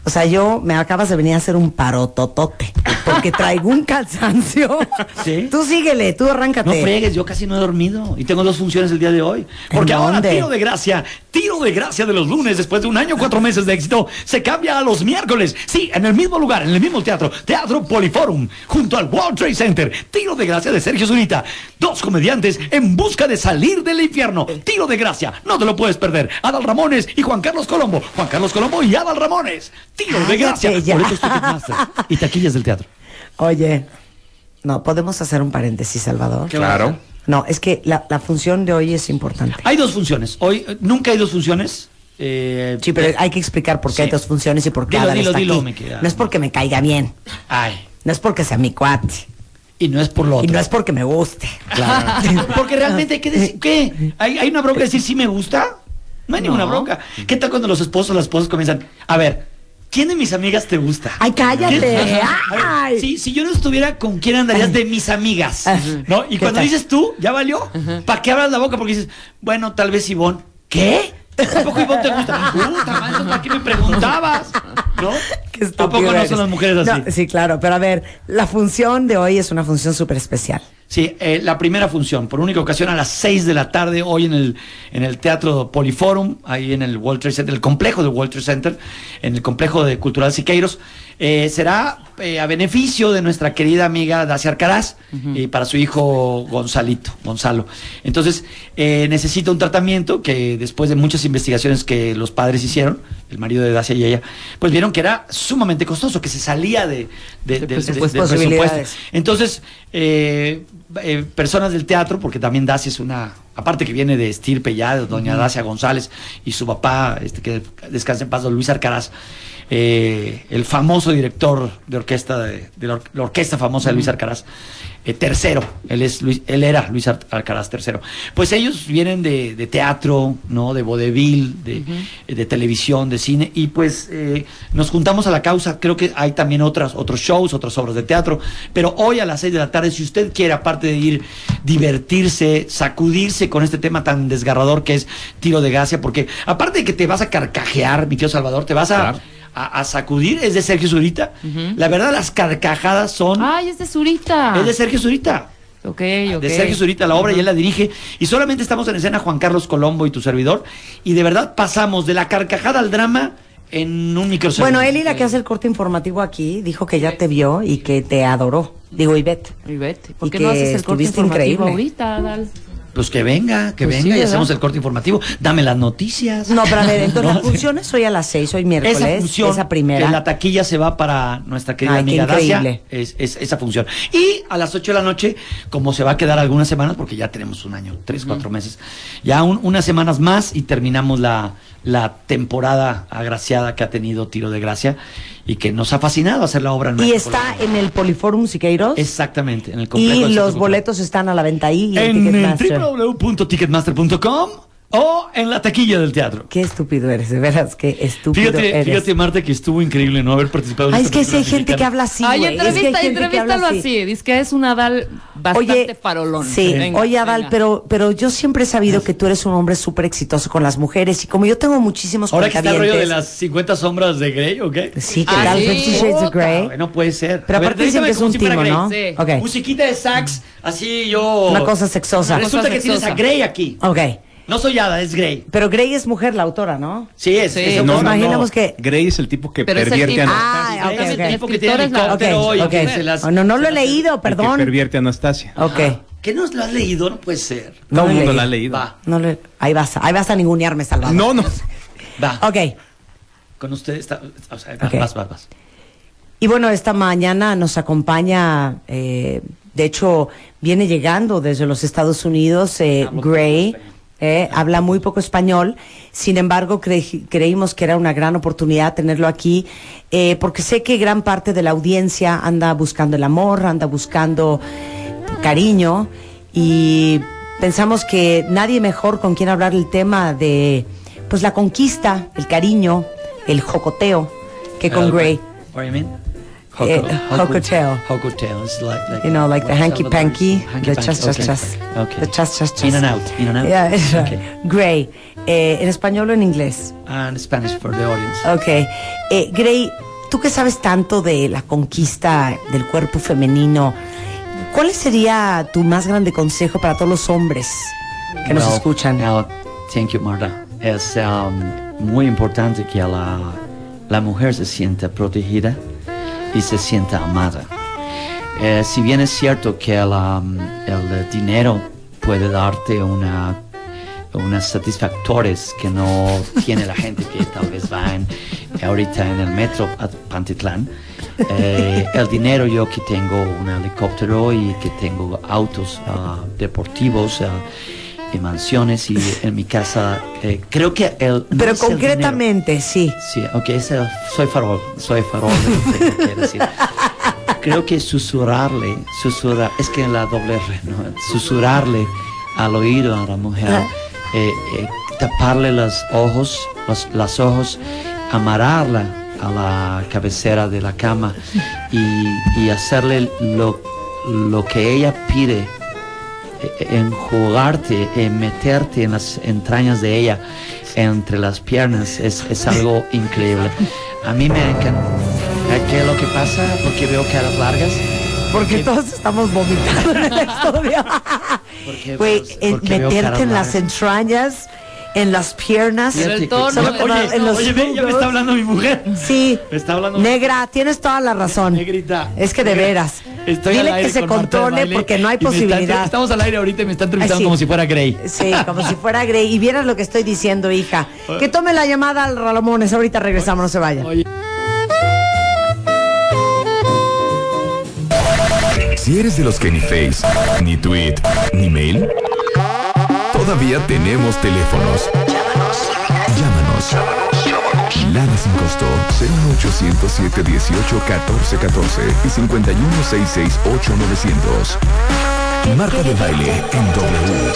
Speaker 4: O sea, yo me acabas de venir a hacer un parototote porque traigo un cansancio.
Speaker 9: Sí.
Speaker 4: Tú síguele, tú
Speaker 9: No
Speaker 4: arráncate.
Speaker 9: friegues, yo casi no he dormido y tengo dos funciones el día de hoy. Porque
Speaker 4: ¿En
Speaker 9: ahora
Speaker 4: dónde?
Speaker 9: tiro de gracia, tiro de gracia de los lunes después de un año cuatro meses de éxito se cambia a los miércoles. Sí, en el mismo lugar, en el mismo teatro, Teatro Poliforum, junto al World Trade Center. Tiro de gracia de Sergio Zurita. Dos comediantes en busca de salir del infierno. Tiro de gracia, no te lo puedes perder. Adal Ramones y Juan Carlos Colombo. Juan Carlos Colombo y Adal Ramones. Tiro de
Speaker 4: Cállate
Speaker 9: gracia.
Speaker 4: ya.
Speaker 9: Boletos Ticketmaster y taquillas del teatro.
Speaker 4: Oye, no, podemos hacer un paréntesis, Salvador.
Speaker 9: ¿Qué vas a
Speaker 6: Claro.
Speaker 9: hacer?
Speaker 4: No, es que la, la función de hoy es importante.
Speaker 9: Hay dos funciones. Hoy eh, nunca hay dos funciones. Eh,
Speaker 4: Sí, pero hay que explicar por qué
Speaker 9: Sí.
Speaker 4: hay dos funciones y por qué
Speaker 9: Dilo,
Speaker 4: Adal
Speaker 9: dilo,
Speaker 4: está
Speaker 9: dilo,
Speaker 4: aquí.
Speaker 9: me queda-
Speaker 4: No es porque me caiga bien,
Speaker 9: Ay,
Speaker 4: no es porque sea mi cuate.
Speaker 9: y no es por lo
Speaker 4: Y
Speaker 9: otro.
Speaker 4: no es porque me guste.
Speaker 9: Porque realmente hay que decir, ¿qué? ¿Hay, hay una bronca de decir si me gusta? No hay ninguna bronca. ¿Qué tal cuando los esposos o las esposas comienzan? A ver, ¿quién de mis amigas te gusta?
Speaker 4: Ay, cállate.
Speaker 9: ¿Quién- Ajá. A ver,
Speaker 4: Ay.
Speaker 9: Si, si yo no estuviera, ¿con quién andarías de mis amigas? ¿No? Y
Speaker 4: ¿Qué
Speaker 9: cuando
Speaker 4: tal?
Speaker 9: dices tú, ¿ya valió? ¿Para qué abras la boca? Porque dices, bueno, tal vez Ivonne. ¿Qué? ¿Tampoco Ivonne te gusta? Puta madre, ¿para qué me preguntabas? ¿No?
Speaker 4: Qué
Speaker 9: Tampoco
Speaker 4: estúpido
Speaker 9: no
Speaker 4: eres.
Speaker 9: son las mujeres así.
Speaker 4: No, sí, claro, pero a ver, la función de hoy es una función súper especial.
Speaker 9: Sí, eh, la primera función, por única ocasión a las 6 de la tarde, hoy en el, en el Teatro Poliforum, ahí en el World Trade Center, el complejo de World Trade Center, en el complejo de Cultural Siqueiros, eh, será eh, a beneficio de nuestra querida amiga Dacia Arcaraz y para su hijo Gonzalito, Gonzalo. Entonces, eh, necesita un tratamiento que después de muchas investigaciones que los padres hicieron, el marido de Dacia y ella, pues vieron que era sumamente costoso, que se salía de, de- de- de- de presupuesto.
Speaker 4: Posibilidades.
Speaker 9: Entonces, eh, eh, personas del teatro, porque también Dacia es una, aparte que viene de estirpe ya, de doña Dacia González y su papá, este, que descansa en paz, don Luis Arcaraz, eh, el famoso director de orquesta, de, de la, or- la orquesta famosa de Luis Arcaraz, eh, tercero, él, es Luis- él era Luis Ar- Arcaraz tercero. Pues ellos vienen de, de teatro, ¿no? de vodevil, de, eh, de televisión, de cine, y pues eh, nos juntamos a la causa. Creo que hay también otras, otros shows, otras obras de teatro, pero hoy a las 6 de la tarde, si usted quiere, aparte de ir, divertirse, sacudirse con este tema tan desgarrador que es tiro de gracia, porque aparte de que te vas a carcajear, mi tío Salvador, te vas a...
Speaker 6: Claro.
Speaker 9: a- a sacudir, es de Sergio Zurita. La verdad, las carcajadas son.
Speaker 5: Ay, es de Zurita.
Speaker 9: Es de Sergio Zurita.
Speaker 5: Ok, ok.
Speaker 9: De Sergio Zurita la obra y él la dirige. Y solamente estamos en escena Juan Carlos Colombo y tu servidor. Y de verdad pasamos de la carcajada al drama en un microsegundo.
Speaker 4: Bueno, Eli, la que hace el corte informativo aquí, dijo que ya te vio y que te adoró. Digo, Ivette.
Speaker 5: Ivette, ¿por
Speaker 4: Y
Speaker 5: qué no
Speaker 4: que
Speaker 5: haces el corte
Speaker 4: estuviste
Speaker 5: informativo
Speaker 4: increíble.
Speaker 5: ahorita, Adal?
Speaker 9: Pues que venga, que
Speaker 10: Pues sí,
Speaker 9: venga y
Speaker 10: ¿verdad?
Speaker 9: hacemos el corte informativo. Dame las noticias.
Speaker 10: No, pero a ver, entonces
Speaker 9: No,
Speaker 10: la función es hoy a las seis, hoy miércoles.
Speaker 9: esa función,
Speaker 10: esa primera.
Speaker 9: que la taquilla se va para nuestra querida
Speaker 10: Ay, qué
Speaker 9: amiga Dacia,
Speaker 10: increíble.
Speaker 9: es, es- esa función. Y a las 8 de la noche, como se va a quedar algunas semanas, porque ya tenemos un año, tres, cuatro meses, ya un- unas semanas más y terminamos la, la temporada agraciada que ha tenido Tiro de Gracia y que nos ha fascinado hacer la obra. en
Speaker 10: y
Speaker 9: México.
Speaker 10: está en el Poliforum Siqueiros.
Speaker 9: Exactamente, en el complejo
Speaker 10: Y
Speaker 9: del
Speaker 10: los
Speaker 9: Centro
Speaker 10: boletos están a la venta ahí. y
Speaker 9: en eh, el
Speaker 10: Ticketmaster.
Speaker 9: www.ticketmaster.com o en la taquilla del teatro.
Speaker 10: Qué estúpido eres, de veras, qué estúpido
Speaker 9: Fíjate,
Speaker 10: eres.
Speaker 9: fíjate, Marta, que estuvo increíble no haber participado en
Speaker 10: Ay, es
Speaker 9: esta
Speaker 10: que sí hay
Speaker 9: película
Speaker 10: gente que
Speaker 9: mexicana.
Speaker 10: habla así,
Speaker 5: Ay,
Speaker 10: güey. Es que hay
Speaker 5: entrevista,
Speaker 10: gente que habla
Speaker 5: entrevístalo
Speaker 10: así.
Speaker 5: así. Dice que es un Adal bastante farolón.
Speaker 10: Sí,
Speaker 5: Venga,
Speaker 10: oye Adal,
Speaker 5: venga.
Speaker 10: pero pero yo siempre he sabido que tú eres un hombre súper exitoso con las mujeres y como yo tengo muchísimos
Speaker 9: Ahora que está el rollo de
Speaker 10: cuentavientes-
Speaker 9: las 50 sombras de Grey, ¿o qué? Ah,
Speaker 10: Sí, ¿qué
Speaker 5: Ah,
Speaker 10: tal? Fifty Shades of Grey.
Speaker 9: No puede ser.
Speaker 10: Pero
Speaker 9: A ver,
Speaker 10: aparte dicen
Speaker 9: déjame
Speaker 10: que es
Speaker 9: como
Speaker 10: un
Speaker 9: si fuera
Speaker 10: timo,
Speaker 9: Grey.
Speaker 10: ¿no?
Speaker 9: Sí.
Speaker 10: Ok.
Speaker 9: Musiquita de sax, así yo...
Speaker 10: Una cosa sexosa.
Speaker 9: Resulta
Speaker 10: Una cosa
Speaker 9: que tienes a
Speaker 10: sexosa.
Speaker 9: Grey aquí.
Speaker 10: Ok.
Speaker 9: No soy Ada, es Grey.
Speaker 10: Pero Grey es mujer la autora, ¿no?
Speaker 9: Sí, es. es
Speaker 10: Nos
Speaker 9: hombre.
Speaker 10: imaginamos que
Speaker 6: Grey es el tipo que
Speaker 10: Pero es el
Speaker 6: pervierte
Speaker 10: tipo.
Speaker 6: a
Speaker 10: Ah,
Speaker 6: Anastasia.
Speaker 10: ok,
Speaker 9: Es el
Speaker 10: ok.
Speaker 9: tipo que tiene helicóptero
Speaker 10: Ok,
Speaker 9: y
Speaker 10: ok.
Speaker 9: que se las-
Speaker 10: Oh, No, no lo he
Speaker 9: se las- Ah,
Speaker 10: leído,
Speaker 6: El que
Speaker 10: perdón.
Speaker 6: pervierte a Anastasia.
Speaker 10: Ok.
Speaker 9: ¿Que no lo has leído? No puede ser.
Speaker 10: No
Speaker 6: Todo
Speaker 10: lo
Speaker 6: el
Speaker 10: he
Speaker 6: mundo
Speaker 10: leído.
Speaker 6: la ha leído.
Speaker 10: No lo he- Ahí vas, ahí vas a ningunearme, Salvador.
Speaker 6: No, no.
Speaker 9: Va.
Speaker 10: Ok.
Speaker 9: Con ustedes está... O sea, va,
Speaker 10: Ok.
Speaker 9: vas, vas, vas.
Speaker 10: Y bueno, esta mañana nos acompaña, eh, de hecho, viene llegando desde los Estados Unidos, eh, Gray, eh, habla muy poco español, sin embargo, cre- creímos que era una gran oportunidad tenerlo aquí, eh, porque sé que gran parte de la audiencia anda buscando el amor, anda buscando cariño, y pensamos que nadie mejor con quien hablar el tema de, pues, la conquista, el cariño, el jocoteo, que con
Speaker 9: Uh,
Speaker 10: Gray.
Speaker 9: What do you mean?
Speaker 10: Eh,
Speaker 9: Hocotel.
Speaker 10: hocotel.
Speaker 9: Hocotel. It's like, like
Speaker 10: You know, like the
Speaker 9: what's
Speaker 10: hanky
Speaker 9: other
Speaker 10: panky,
Speaker 9: words? Hanky
Speaker 10: the
Speaker 9: panky,
Speaker 10: chas chas
Speaker 9: okay.
Speaker 10: chas,
Speaker 9: Okay.
Speaker 10: the chas chas chas.
Speaker 9: In and out, in and out.
Speaker 10: Yeah, it's, uh,
Speaker 9: Okay.
Speaker 10: Grey, eh, en español o en inglés.
Speaker 9: And Spanish for the audience.
Speaker 10: Ok. Eh, Grey, tú que sabes tanto de la conquista del cuerpo femenino, ¿cuál sería tu más grande consejo para todos los hombres que nos
Speaker 9: Well,
Speaker 10: escuchan?
Speaker 9: now, thank you, Marta. Es um, muy importante que la, la mujer se sienta protegida y se sienta amada. Eh, si bien es cierto que el, um, el dinero puede darte una unas satisfactores que no tiene la gente que tal vez va en- ahorita en el metro a Pantitlán. Eh, el dinero yo que tengo un helicóptero y que tengo autos ah, deportivos ah, y mansiones y en mi casa eh, creo que el no
Speaker 10: Pero
Speaker 9: es el
Speaker 10: concretamente, sí.
Speaker 9: Sí, ok, es el- soy farol, soy farol, no sé qué quiere decir. Creo que susurrarle, susurrar, es que la doble R, ¿no? susurrarle al oído a la mujer, eh, eh, taparle los ojos, los, las ojos, amarrarla a la cabecera de la cama y, y hacerle lo, lo que ella pide en jugarte, en meterte en las entrañas de ella, entre las piernas, es, es algo increíble. A mí me encanta. ¿Qué es lo que pasa? Porque veo caras largas.
Speaker 10: Porque todos estamos vomitando en el estudio.
Speaker 9: Porque,
Speaker 10: Güey,
Speaker 9: pues,
Speaker 10: en-
Speaker 9: porque veo caras
Speaker 10: meterte en las
Speaker 9: largas.
Speaker 10: entrañas, en las piernas,
Speaker 9: Fíjate que-
Speaker 10: solo
Speaker 9: Oye,
Speaker 10: con la- en los
Speaker 9: oye, ve, ya me
Speaker 10: muslos.
Speaker 9: está hablando mi mujer.
Speaker 10: Sí.
Speaker 9: Me está hablando.
Speaker 10: Negra, tienes toda la razón.
Speaker 9: Negrita.
Speaker 10: Es que de
Speaker 9: Negra,
Speaker 10: veras.
Speaker 9: Estoy al
Speaker 10: Dile
Speaker 9: aire
Speaker 10: que se
Speaker 9: con Marta de
Speaker 10: controle
Speaker 9: Baile
Speaker 10: porque no hay
Speaker 9: y me está-
Speaker 10: posibilidad.
Speaker 9: estamos al aire ahorita y me están entrevistando
Speaker 10: Ay, sí.
Speaker 9: como si fuera Grey.
Speaker 10: Sí, como si fuera Grey. Y vieras lo que estoy diciendo, hija. Que tome la llamada al Ramones. Ahorita regresamos, no se vayan.
Speaker 1: Si eres de los que ni Face, ni tweet, ni mail, todavía tenemos teléfonos. Llámanos. Lada sin costo 01807 18 14 14 y 5166 8900. Marta de baile en W.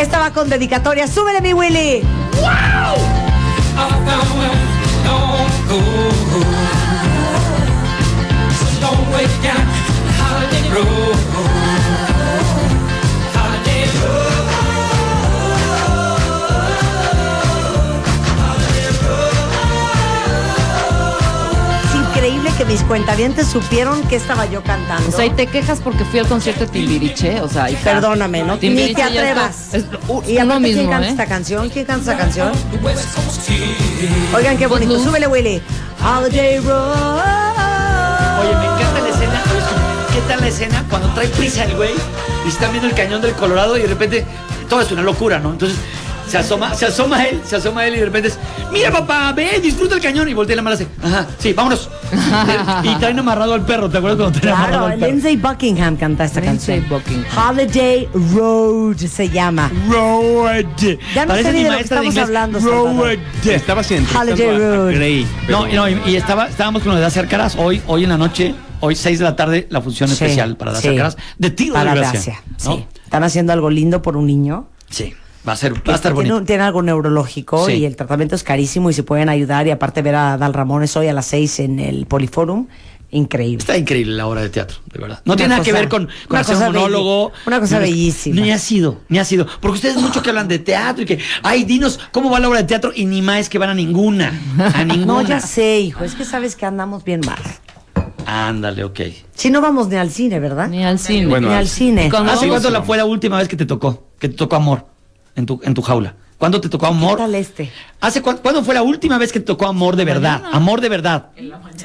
Speaker 10: Esta va con dedicatoria. ¡Súbele, mi Willy! Es increíble que mis cuentavientes supieron que estaba yo cantando.
Speaker 5: O sea, y te quejas porque fui al concierto de Timbiriche, o sea, hija.
Speaker 10: Perdóname, ¿no? Ni
Speaker 5: Timbiriche
Speaker 10: te
Speaker 5: ya está-
Speaker 10: atrevas.
Speaker 5: Es,
Speaker 10: Y
Speaker 5: uh, uno
Speaker 10: aparte, ¿quién
Speaker 5: mismo,
Speaker 10: canta
Speaker 5: ¿eh?
Speaker 10: esta canción? ¿Quién canta esta canción? Oigan, qué bonito. Súbele, Willy. Holiday Road.
Speaker 9: Oye, me encanta la escena. ¿sabes? ¿Qué tal la escena cuando trae prisa el güey y está viendo el cañón del Colorado y de repente todo es una locura, ¿no? Entonces se asoma, se asoma él, se asoma él y de repente es, mira papá, ve, disfruta el cañón y voltea la mano así, ajá, sí, vámonos.
Speaker 10: Y traen amarrado al perro, ¿te acuerdas cuando traen amarrado
Speaker 4: Claro,
Speaker 10: al perro?
Speaker 4: Lindsay Buckingham canta esta
Speaker 10: Lindsay
Speaker 4: canción. Holiday Road se llama.
Speaker 10: Road.
Speaker 4: Ya no sé
Speaker 9: Parece
Speaker 4: ni
Speaker 9: mi
Speaker 4: de lo que
Speaker 9: maestra de
Speaker 4: estamos
Speaker 9: inglés.
Speaker 4: hablando. Salvador.
Speaker 10: Road.
Speaker 6: Estaba haciendo
Speaker 4: Holiday Road.
Speaker 10: pero-
Speaker 9: No, y no, y, y estaba, estábamos con lo de hacer caras. Hoy, hoy en la noche, hoy 6 de la tarde, la función
Speaker 4: Sí,
Speaker 9: especial para las
Speaker 4: sí.
Speaker 9: caras de tiro
Speaker 4: Para
Speaker 9: de
Speaker 4: Gracia.
Speaker 9: gracia. ¿no?
Speaker 4: Sí. Están haciendo algo lindo por un niño.
Speaker 9: Sí, va a ser, va a estar
Speaker 4: tiene,
Speaker 9: bonito.
Speaker 4: un- tiene algo neurológico
Speaker 9: Sí.
Speaker 4: y el tratamiento es carísimo y se pueden ayudar. Y aparte ver a Dal Ramones hoy a las 6 en el Poliforum, increíble.
Speaker 9: Está increíble la obra de teatro, de verdad. No
Speaker 4: Una
Speaker 9: tiene nada que
Speaker 4: cosa-
Speaker 9: ver con, con
Speaker 4: una
Speaker 9: hacer
Speaker 4: cosa
Speaker 9: un monólogo.
Speaker 4: belli- una cosa
Speaker 9: ni-
Speaker 4: bellísima.
Speaker 9: Ni ha sido, ni ha sido. Porque ustedes mucho que hablan de teatro y que, ay, dinos cómo va la obra de teatro y ni más que van a ninguna. A
Speaker 4: No,
Speaker 9: ninguna.
Speaker 4: ya sé, hijo, es que sabes que andamos bien mal.
Speaker 9: Ándale, ok.
Speaker 4: Si no vamos ni al cine, ¿verdad?
Speaker 5: Ni al cine.
Speaker 4: ni al cine.
Speaker 5: Cuando
Speaker 9: ¿Hace
Speaker 5: vamos-
Speaker 9: cuánto Ah, la fue la última vez que te tocó? Que te tocó amor en tu, en tu jaula. ¿Cuándo te tocó
Speaker 4: ¿Qué
Speaker 9: amor?
Speaker 4: tal este?
Speaker 9: ¿Hace cuán- cuándo fue la última vez que te tocó amor de verdad? Amor de verdad.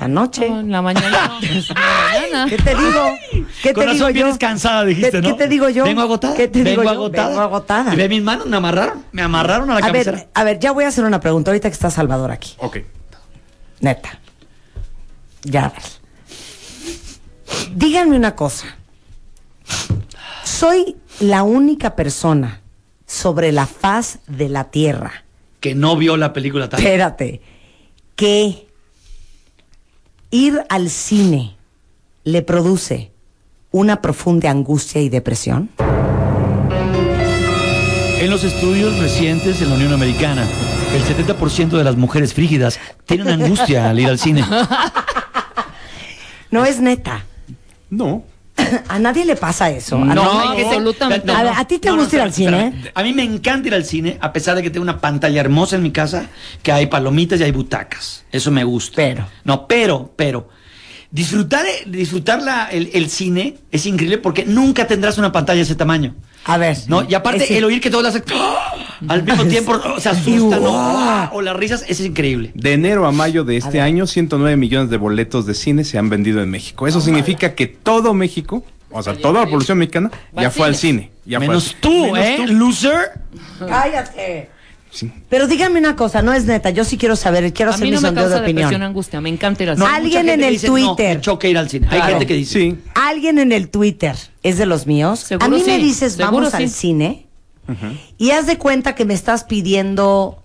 Speaker 4: Anoche.
Speaker 5: No, en la mañana. no, es en la mañana.
Speaker 4: ¿Qué te digo? ¿Qué
Speaker 9: Con
Speaker 4: te digo
Speaker 9: razón
Speaker 4: yo?
Speaker 9: vienes cansada,
Speaker 4: ¿Qué,
Speaker 9: dijiste, ¿no?
Speaker 4: qué te digo yo?
Speaker 9: Vengo agotada.
Speaker 4: ¿Qué te digo
Speaker 9: Vengo
Speaker 4: yo?
Speaker 9: agotada.
Speaker 4: Vengo agotada.
Speaker 9: Y ve mis manos, me amarraron. Me amarraron a la
Speaker 4: A
Speaker 9: cabecera.
Speaker 4: ver, a ver, ya voy a hacer una pregunta ahorita que está Salvador aquí.
Speaker 6: Ok.
Speaker 4: Neta. Ya. dale. Díganme una cosa. Soy la única persona sobre la faz de la Tierra.
Speaker 9: Que no vio la película tal.
Speaker 4: Espérate. Que ir al cine le produce una profunda angustia y depresión.
Speaker 9: En los estudios recientes en la Unión Americana, el 70% de las mujeres frígidas tienen angustia al ir al cine.
Speaker 4: No es neta.
Speaker 6: No.
Speaker 4: A nadie le pasa eso. A
Speaker 5: No,
Speaker 4: nadie-
Speaker 5: que se- absolutamente
Speaker 4: A ver, ¿a ti te gusta ir al
Speaker 9: espera,
Speaker 4: cine?
Speaker 9: espera. A mí me encanta ir al cine, a pesar de que tengo una pantalla hermosa en mi casa, que hay palomitas y hay butacas. Eso me gusta.
Speaker 4: Pero.
Speaker 9: No, pero, pero. Disfrutar, eh, disfrutar la- el, el cine es increíble porque nunca tendrás una pantalla de ese tamaño.
Speaker 4: A ver.
Speaker 9: No, y aparte
Speaker 4: Es decir,
Speaker 9: el oír que todos las al mismo tiempo o se asustan ¿no? o las risas, eso es increíble.
Speaker 6: De enero a mayo de este año, 109 millones de boletos de cine se han vendido en México. Eso significa que todo México, o sea, toda la población mexicana,
Speaker 5: Va
Speaker 6: ya
Speaker 5: al
Speaker 6: fue al
Speaker 5: cine.
Speaker 6: cine. Ya fue al
Speaker 9: Menos
Speaker 6: cine.
Speaker 9: tú,
Speaker 6: Menos
Speaker 9: ¿eh? Loser.
Speaker 4: Cállate.
Speaker 6: Sí.
Speaker 4: Pero dígame una cosa, no es neta, yo sí quiero saber, quiero
Speaker 5: A
Speaker 4: hacer
Speaker 5: mí
Speaker 4: mi
Speaker 5: no me
Speaker 4: sondeo de
Speaker 5: causa depresión,
Speaker 4: opinión.
Speaker 5: angustia. Me encanta ir al
Speaker 4: No,
Speaker 5: cine.
Speaker 4: Alguien
Speaker 9: mucha gente
Speaker 4: en el
Speaker 9: dice, "No,
Speaker 4: Twitter".
Speaker 9: me choca ir al cine. Hay
Speaker 4: Claro.
Speaker 9: gente que dice.
Speaker 6: Sí.
Speaker 4: Alguien en el Twitter es de los míos.
Speaker 5: Seguro
Speaker 4: A mí me
Speaker 5: sí,
Speaker 4: dices,
Speaker 5: seguro
Speaker 4: vamos
Speaker 5: sí.
Speaker 4: al cine y haz de cuenta que me estás pidiendo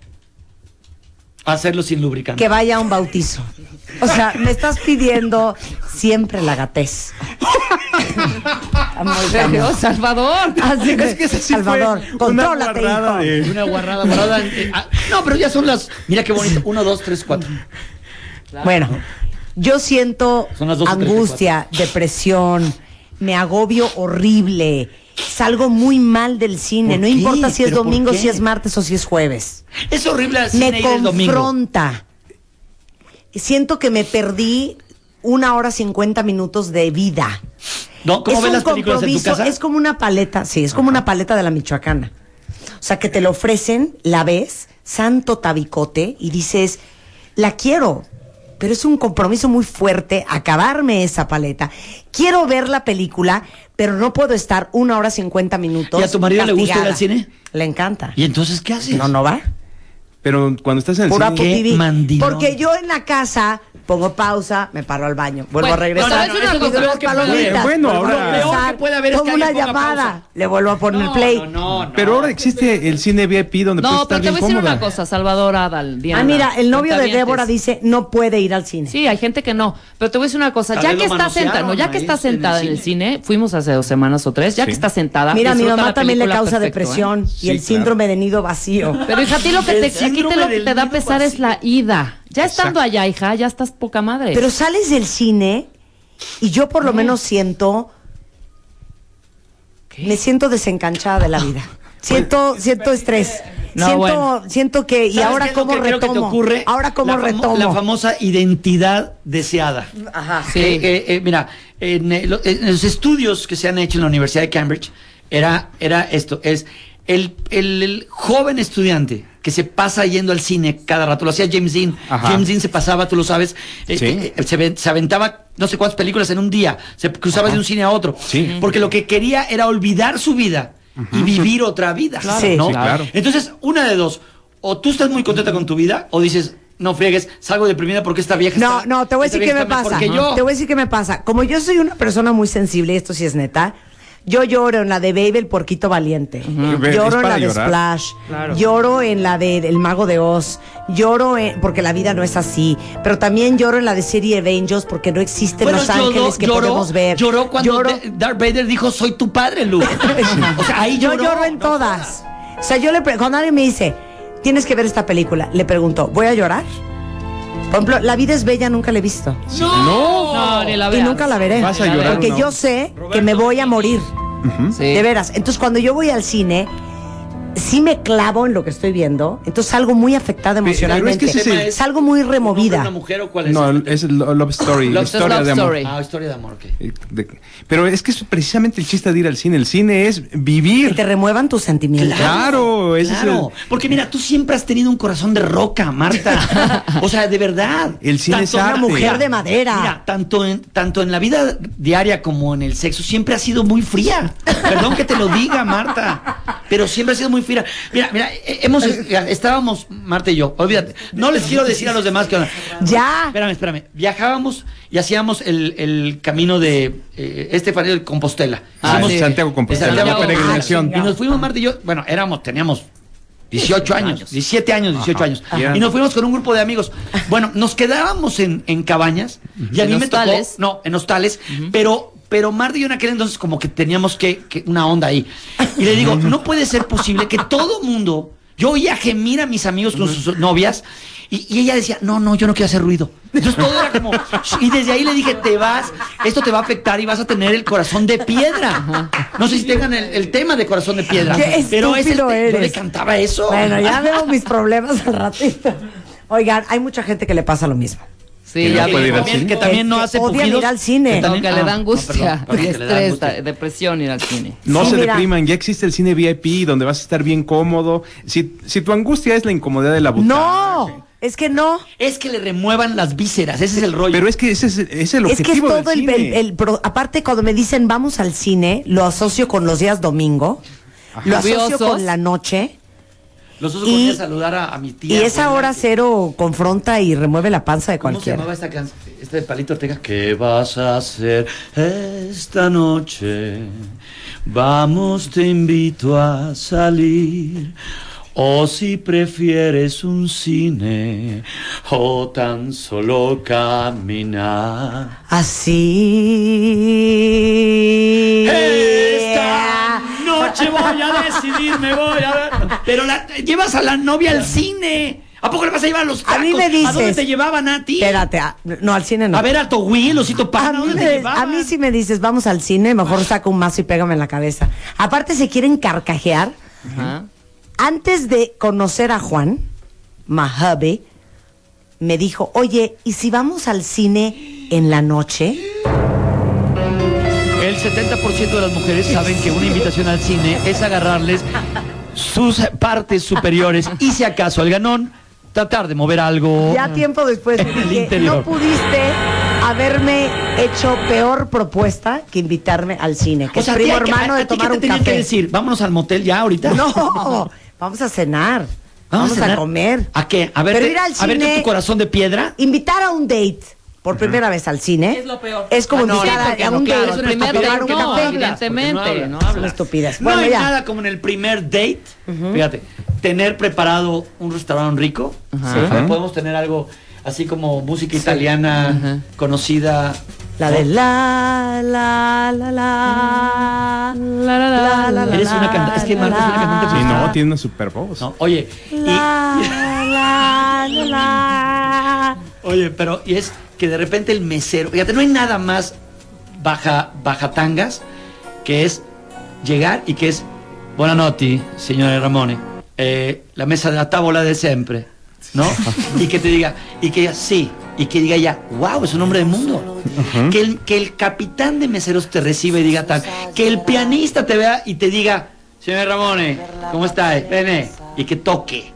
Speaker 9: Hacerlo sin lubricante.
Speaker 4: que vaya a un bautizo. O sea, me estás pidiendo siempre la gatez. Está muy
Speaker 5: Pero,
Speaker 4: cañón.
Speaker 5: Salvador.
Speaker 4: Así
Speaker 6: Es que esa sí fue
Speaker 4: Salvador,
Speaker 6: una
Speaker 4: contrólate,
Speaker 6: guarrada
Speaker 4: hijo.
Speaker 6: de-
Speaker 9: Una guarrada, guarrada. eh, ah, no, pero ya son las. Mira qué bonito. Uno, dos, tres, cuatro.
Speaker 4: Bueno, yo siento
Speaker 9: Son las 12,
Speaker 4: angustia, depresión, me agobio horrible, salgo muy mal del cine,
Speaker 9: ¿Por
Speaker 4: no
Speaker 9: qué?
Speaker 4: importa si es
Speaker 9: ¿Pero por
Speaker 4: domingo,
Speaker 9: qué?
Speaker 4: si es martes o si es jueves.
Speaker 9: Es horrible al
Speaker 4: Me
Speaker 9: cine ir el domingo.
Speaker 4: confronta. Siento que me perdí una hora cincuenta minutos de vida.
Speaker 9: No, ¿Cómo
Speaker 4: es
Speaker 9: ves
Speaker 4: un
Speaker 9: las películas en tu
Speaker 4: compromiso,
Speaker 9: casa?
Speaker 4: es como una paleta, sí, es como una paleta de la michoacana. O sea, que te la ofrecen, la ves, santo tabicote, y dices, la quiero, pero es un compromiso muy fuerte acabarme esa paleta. Quiero ver la película, pero no puedo estar una hora cincuenta minutos.
Speaker 9: ¿Y a tu marido le gusta ir al
Speaker 4: castigada.
Speaker 9: cine?
Speaker 4: Le encanta.
Speaker 9: ¿Y entonces qué haces?
Speaker 4: No, no va.
Speaker 6: Pero cuando estás en el
Speaker 4: Puro
Speaker 6: cine,
Speaker 4: Apple
Speaker 9: qué
Speaker 4: TV.
Speaker 9: mandilón.
Speaker 4: Porque yo en la casa pongo pausa, me paro al baño, vuelvo
Speaker 5: Bueno,
Speaker 4: a regresar.
Speaker 5: no, no, eso es lo
Speaker 4: pido
Speaker 5: peor
Speaker 4: unas
Speaker 5: que puede
Speaker 4: palomitas,
Speaker 6: haber. Bueno,
Speaker 4: vuelvo a
Speaker 6: ahora-
Speaker 4: regresar,
Speaker 9: Lo peor que puede haber es
Speaker 4: pongo
Speaker 9: que
Speaker 4: una
Speaker 9: alguien ponga
Speaker 4: llamada,
Speaker 9: pausa.
Speaker 4: le vuelvo a poner
Speaker 9: No,
Speaker 4: play.
Speaker 9: No, no, no.
Speaker 6: Pero ahora existe el cine VIP donde puedes
Speaker 5: No,
Speaker 6: estar
Speaker 5: pero te
Speaker 6: bien
Speaker 5: voy a decir
Speaker 6: cómoda.
Speaker 5: una cosa, Salvador Adal. Diana,
Speaker 4: Ah, mira, el novio de
Speaker 5: cuentavientes.
Speaker 4: Débora dice no puede ir al cine.
Speaker 5: Sí, hay gente que no, pero te voy a decir una cosa,
Speaker 9: Tal
Speaker 5: ya
Speaker 9: vez
Speaker 5: que
Speaker 9: lo
Speaker 5: está sentada, no,
Speaker 9: manosearon
Speaker 5: ya que
Speaker 9: ahí
Speaker 5: está
Speaker 9: en el
Speaker 5: sentada en el cine, fuimos hace dos semanas o tres, ya que
Speaker 6: Sí.
Speaker 5: está sentada.
Speaker 4: Mira, a mi
Speaker 5: disfruta la
Speaker 4: mamá también le
Speaker 5: película
Speaker 4: causa
Speaker 5: perfecto,
Speaker 4: depresión
Speaker 5: ¿eh?
Speaker 4: y el
Speaker 6: Sí,
Speaker 4: síndrome de nido vacío.
Speaker 5: Pero hija, a ti lo que
Speaker 9: El
Speaker 5: te, aquí
Speaker 9: síndrome
Speaker 5: te, lo que
Speaker 9: del
Speaker 5: te da
Speaker 9: nido
Speaker 5: pesar es la ida. Ya estando
Speaker 6: Exacto.
Speaker 5: allá, hija, ya estás poca madre.
Speaker 4: Pero sales del cine y yo
Speaker 9: ¿Eh?
Speaker 4: por lo menos siento,
Speaker 5: ¿Qué?
Speaker 9: ¿Eh?
Speaker 4: me siento desencanchada de la vida. Siento, siento estrés.
Speaker 5: No,
Speaker 4: siento,
Speaker 5: bueno.
Speaker 4: siento que y
Speaker 9: ¿Sabes
Speaker 4: ahora
Speaker 9: qué es lo
Speaker 4: cómo
Speaker 9: que creo que te
Speaker 4: retomo.
Speaker 9: ocurre?
Speaker 4: Ahora cómo
Speaker 9: La famo-
Speaker 4: retomo.
Speaker 9: La famosa identidad deseada.
Speaker 4: Ajá.
Speaker 5: Sí.
Speaker 9: Eh, eh, eh, mira, en, eh, lo- en los estudios que se han hecho en la Universidad de Cambridge, era, era esto, es el, el- el joven estudiante que que se pasa yendo al cine cada rato. Lo hacía James Dean.
Speaker 11: Ajá.
Speaker 9: James Dean se pasaba, tú lo sabes, eh, eh, eh, se, ven- se aventaba no sé cuántas películas en un día, se cruzaba de un cine a otro. Porque lo que quería era olvidar su vida y vivir otra vida.
Speaker 11: Claro. Sí.
Speaker 9: ¿no?
Speaker 11: Sí, claro.
Speaker 9: Entonces, una de dos, o tú estás muy contenta con tu vida, o dices, no friegues, salgo deprimida porque esta vieja
Speaker 4: No,
Speaker 9: está-
Speaker 4: no, te voy a
Speaker 9: esta
Speaker 4: decir qué
Speaker 9: vieja
Speaker 4: me
Speaker 9: está mejor
Speaker 4: pasa.
Speaker 9: que yo.
Speaker 4: Te voy a decir qué me pasa. Como yo soy una persona muy sensible, y esto sí es neta, yo lloro en la de Baby el porquito valiente.
Speaker 12: Es
Speaker 4: Lloro en
Speaker 12: para
Speaker 4: la de
Speaker 12: llorar.
Speaker 4: Splash.
Speaker 12: Claro.
Speaker 4: Lloro en la de El Mago de Oz. Lloro en- porque la vida no es así. Pero también lloro en la de Serie de Angels porque no existen
Speaker 9: Bueno,
Speaker 4: los
Speaker 9: lloró-
Speaker 4: ángeles que
Speaker 9: lloró-
Speaker 4: podemos ver.
Speaker 9: Lloró cuando de- Darth Vader dijo, soy tu padre, Luke. o sea, ahí
Speaker 4: yo
Speaker 9: lloró.
Speaker 4: lloro en todas. O sea, yo le pre- cuando alguien me dice, tienes que ver esta película, le pregunto, ¿voy a llorar? Por ejemplo, La vida es bella, nunca la he visto.
Speaker 11: No. No.
Speaker 5: No, ni la
Speaker 4: Y
Speaker 5: veas.
Speaker 4: nunca la veré.
Speaker 11: Vas a Ni la llorar,
Speaker 4: Porque
Speaker 11: no.
Speaker 4: yo sé que me voy a morir.
Speaker 9: ¿Mm?
Speaker 6: Eh.
Speaker 4: De veras. Entonces, cuando yo voy al cine, sí me clavo en lo que estoy viendo. Entonces, salgo muy afectada
Speaker 6: Pero es que
Speaker 4: emocionalmente.
Speaker 6: ese es el- ¿Es
Speaker 4: Salgo muy removida.
Speaker 9: mujer o cuál es?
Speaker 6: No, es lo- Love Story.
Speaker 9: Love-
Speaker 6: historia
Speaker 9: Love
Speaker 6: de amor.
Speaker 9: Story. Ah, historia de amor. ok.
Speaker 6: Eh, de- pero es que es precisamente el chiste de ir al cine. El cine es vivir.
Speaker 4: Te remuevan tus sentimientos.
Speaker 6: Claro, ese
Speaker 9: Claro, porque mira, tú siempre has tenido un corazón de roca, Marta. O sea, de verdad.
Speaker 6: El cine es
Speaker 9: en la
Speaker 6: arte.
Speaker 4: Mujer de madera.
Speaker 9: Mira, tanto en, tanto en la vida diaria como en el sexo, siempre ha sido muy fría. Perdón que te lo diga, Marta. Pero siempre ha sido muy fría. Mira, mira, eh, hemos, eh, estábamos, Marta y yo, olvídate. No les quiero decir a los demás que onda.
Speaker 4: Ya.
Speaker 9: Espérame, espérame. Viajábamos y hacíamos el, el camino de eh, este panel de Compostela.
Speaker 6: Ah,
Speaker 9: Hicimos-
Speaker 6: sí. Santiago Compostela,
Speaker 9: Santiago Ah,
Speaker 6: la peregrinación.
Speaker 9: Y nos fuimos, Marta y yo, bueno, éramos, teníamos 18 años, 17 años, 18
Speaker 6: Ajá.
Speaker 9: años.
Speaker 6: Ajá.
Speaker 9: Y nos fuimos con un grupo de amigos. Bueno, nos quedábamos en, en cabañas y a
Speaker 13: ¿En
Speaker 9: mí me tocó,
Speaker 13: hostales?
Speaker 9: no, en hostales, pero pero Marta y yo en aquel entonces como que teníamos que, que una onda ahí. Y le digo, no puede ser posible que todo mundo, yo oía gemir a mis amigos con sus novias y, y ella decía, no, no, yo no quiero hacer ruido. Entonces todo era como, y desde ahí le dije, te vas, esto te va a afectar y vas a tener el corazón de piedra. No sé si tengan el, el tema de corazón de piedra.
Speaker 4: Qué
Speaker 9: pero es este, el
Speaker 4: estúpido
Speaker 9: te- yo le
Speaker 4: eres.
Speaker 9: cantaba eso. Ah,
Speaker 4: Bueno, ya veo mis problemas al ratito. Oigan, hay mucha gente que le pasa lo mismo.
Speaker 5: Sí,
Speaker 6: Que
Speaker 5: ya
Speaker 6: no puede
Speaker 5: vi.
Speaker 6: ir al
Speaker 9: También-
Speaker 6: cine.
Speaker 9: que también no
Speaker 4: Que
Speaker 9: hace
Speaker 4: odian
Speaker 9: pujidos.
Speaker 4: ir al cine.
Speaker 9: Que también-
Speaker 5: Aunque le da
Speaker 9: ah, no,
Speaker 5: angustia,
Speaker 9: perdón, perdón, que le da
Speaker 5: estrés,
Speaker 9: angustia.
Speaker 5: da- depresión ir al cine.
Speaker 6: No
Speaker 4: Sí,
Speaker 6: se
Speaker 4: mira.
Speaker 6: depriman, ya existe el cine VIP donde vas a estar bien cómodo. Si, si tu angustia es la incomodidad de la butaca.
Speaker 4: No, es que no.
Speaker 9: Es que le remuevan las vísceras, ese es el rollo.
Speaker 6: Pero es que ese es, es el
Speaker 4: Es que es
Speaker 6: objetivo
Speaker 4: todo
Speaker 6: del
Speaker 4: el, el-
Speaker 6: cine.
Speaker 4: el pro- aparte cuando me dicen vamos al cine, lo asocio con los días domingo, lo asocio
Speaker 5: Lluviosos.
Speaker 4: con la noche
Speaker 9: Los osos
Speaker 4: Y-
Speaker 9: volvían a saludar a, a mi
Speaker 4: y
Speaker 9: tía.
Speaker 4: esa
Speaker 9: güey,
Speaker 4: hora
Speaker 9: que-
Speaker 4: cero confronta y remueve la panza de
Speaker 9: ¿Cómo se
Speaker 4: cualquiera.
Speaker 9: llamaba esta canción? Esta de Palito Ortega. ¿Qué vas a hacer esta noche? Vamos, te invito a salir. O si prefieres un cine, o tan solo caminar.
Speaker 4: Así.
Speaker 9: Esta noche voy a decidir, me voy a ver. Pero la- llevas a la novia al cine. ¿A poco le vas a llevar a los
Speaker 4: A
Speaker 9: tacos?
Speaker 4: mí me
Speaker 9: ¿A dónde
Speaker 4: dices-
Speaker 9: te llevaban a ti?
Speaker 4: Espérate, a- no al cine no.
Speaker 9: A ver a Togui, el osito
Speaker 4: A
Speaker 9: pana,
Speaker 4: mí,
Speaker 9: ¿dónde
Speaker 4: me-
Speaker 9: te llevaban?
Speaker 4: a mí si me dices, vamos al cine, mejor saca un mazo y pégame en la cabeza. Aparte, se quieren carcajear.
Speaker 5: Ajá.
Speaker 4: Antes de conocer a Juan, Mahabe, me dijo, oye, ¿y si vamos al cine en la noche?
Speaker 9: El 70% de las mujeres saben que una invitación al cine es agarrarles sus partes superiores y si acaso al ganón tratar de mover algo.
Speaker 4: Ya tiempo después me
Speaker 9: En el
Speaker 4: dije,
Speaker 9: interior.
Speaker 4: no pudiste haberme hecho peor propuesta que invitarme al cine, que
Speaker 9: O sea,
Speaker 4: es
Speaker 9: a ti
Speaker 4: primo
Speaker 9: hay que-
Speaker 4: hermano
Speaker 9: a- a
Speaker 4: de
Speaker 9: ti
Speaker 4: tomar
Speaker 9: qué
Speaker 4: un
Speaker 9: te tenían que
Speaker 4: café.
Speaker 9: decir? Vámonos al motel ya ahorita.
Speaker 4: No, vamos a cenar, vamos, a,
Speaker 9: cenar.
Speaker 4: comer.
Speaker 9: ¿A qué? A
Speaker 4: Pero
Speaker 9: ver,
Speaker 4: ir al
Speaker 9: a ver
Speaker 4: cine-
Speaker 9: tu corazón de piedra.
Speaker 4: Invitar a un date por primera vez al cine
Speaker 5: Es lo peor.
Speaker 4: es como
Speaker 5: Ah, no,
Speaker 4: invitar
Speaker 5: sí,
Speaker 4: a-
Speaker 5: porque
Speaker 4: a,
Speaker 5: no,
Speaker 4: un
Speaker 5: claro,
Speaker 4: date
Speaker 5: es
Speaker 4: por
Speaker 5: una
Speaker 4: primera
Speaker 5: estupidez,
Speaker 4: vez un
Speaker 5: no,
Speaker 4: café.
Speaker 5: evidente. Evidentemente, no
Speaker 9: hablas.
Speaker 4: Son estúpidas.
Speaker 9: No
Speaker 4: Bueno,
Speaker 9: hay
Speaker 4: ya.
Speaker 9: nada como en el primer date, fíjate, tener preparado un restaurante rico.
Speaker 5: Ajá.
Speaker 9: O sea, Podemos tener algo así como música italiana conocida.
Speaker 4: La de la, la, la, la.
Speaker 5: La, la, la, la, la,
Speaker 9: Eres una cantante. Es que Marta es una cantante.
Speaker 6: Sí,
Speaker 4: Ah.
Speaker 9: profesional.
Speaker 6: no, tiene una super voz.
Speaker 9: No, oye, y,
Speaker 4: La, la, la, la.
Speaker 9: oye, pero y es que de repente el mesero, fíjate, no hay nada más baja, baja tangas que es llegar y que es buenas noches, señores Ramone, eh, la mesa de la tábola de siempre, ¿no? y que te diga, y que diga sí, y que diga ya, wow, es un hombre de mundo. que, el, que el capitán de meseros te reciba y diga tal, que el pianista te vea y te diga, señor Ramone, ¿cómo está? Vene, y que toque.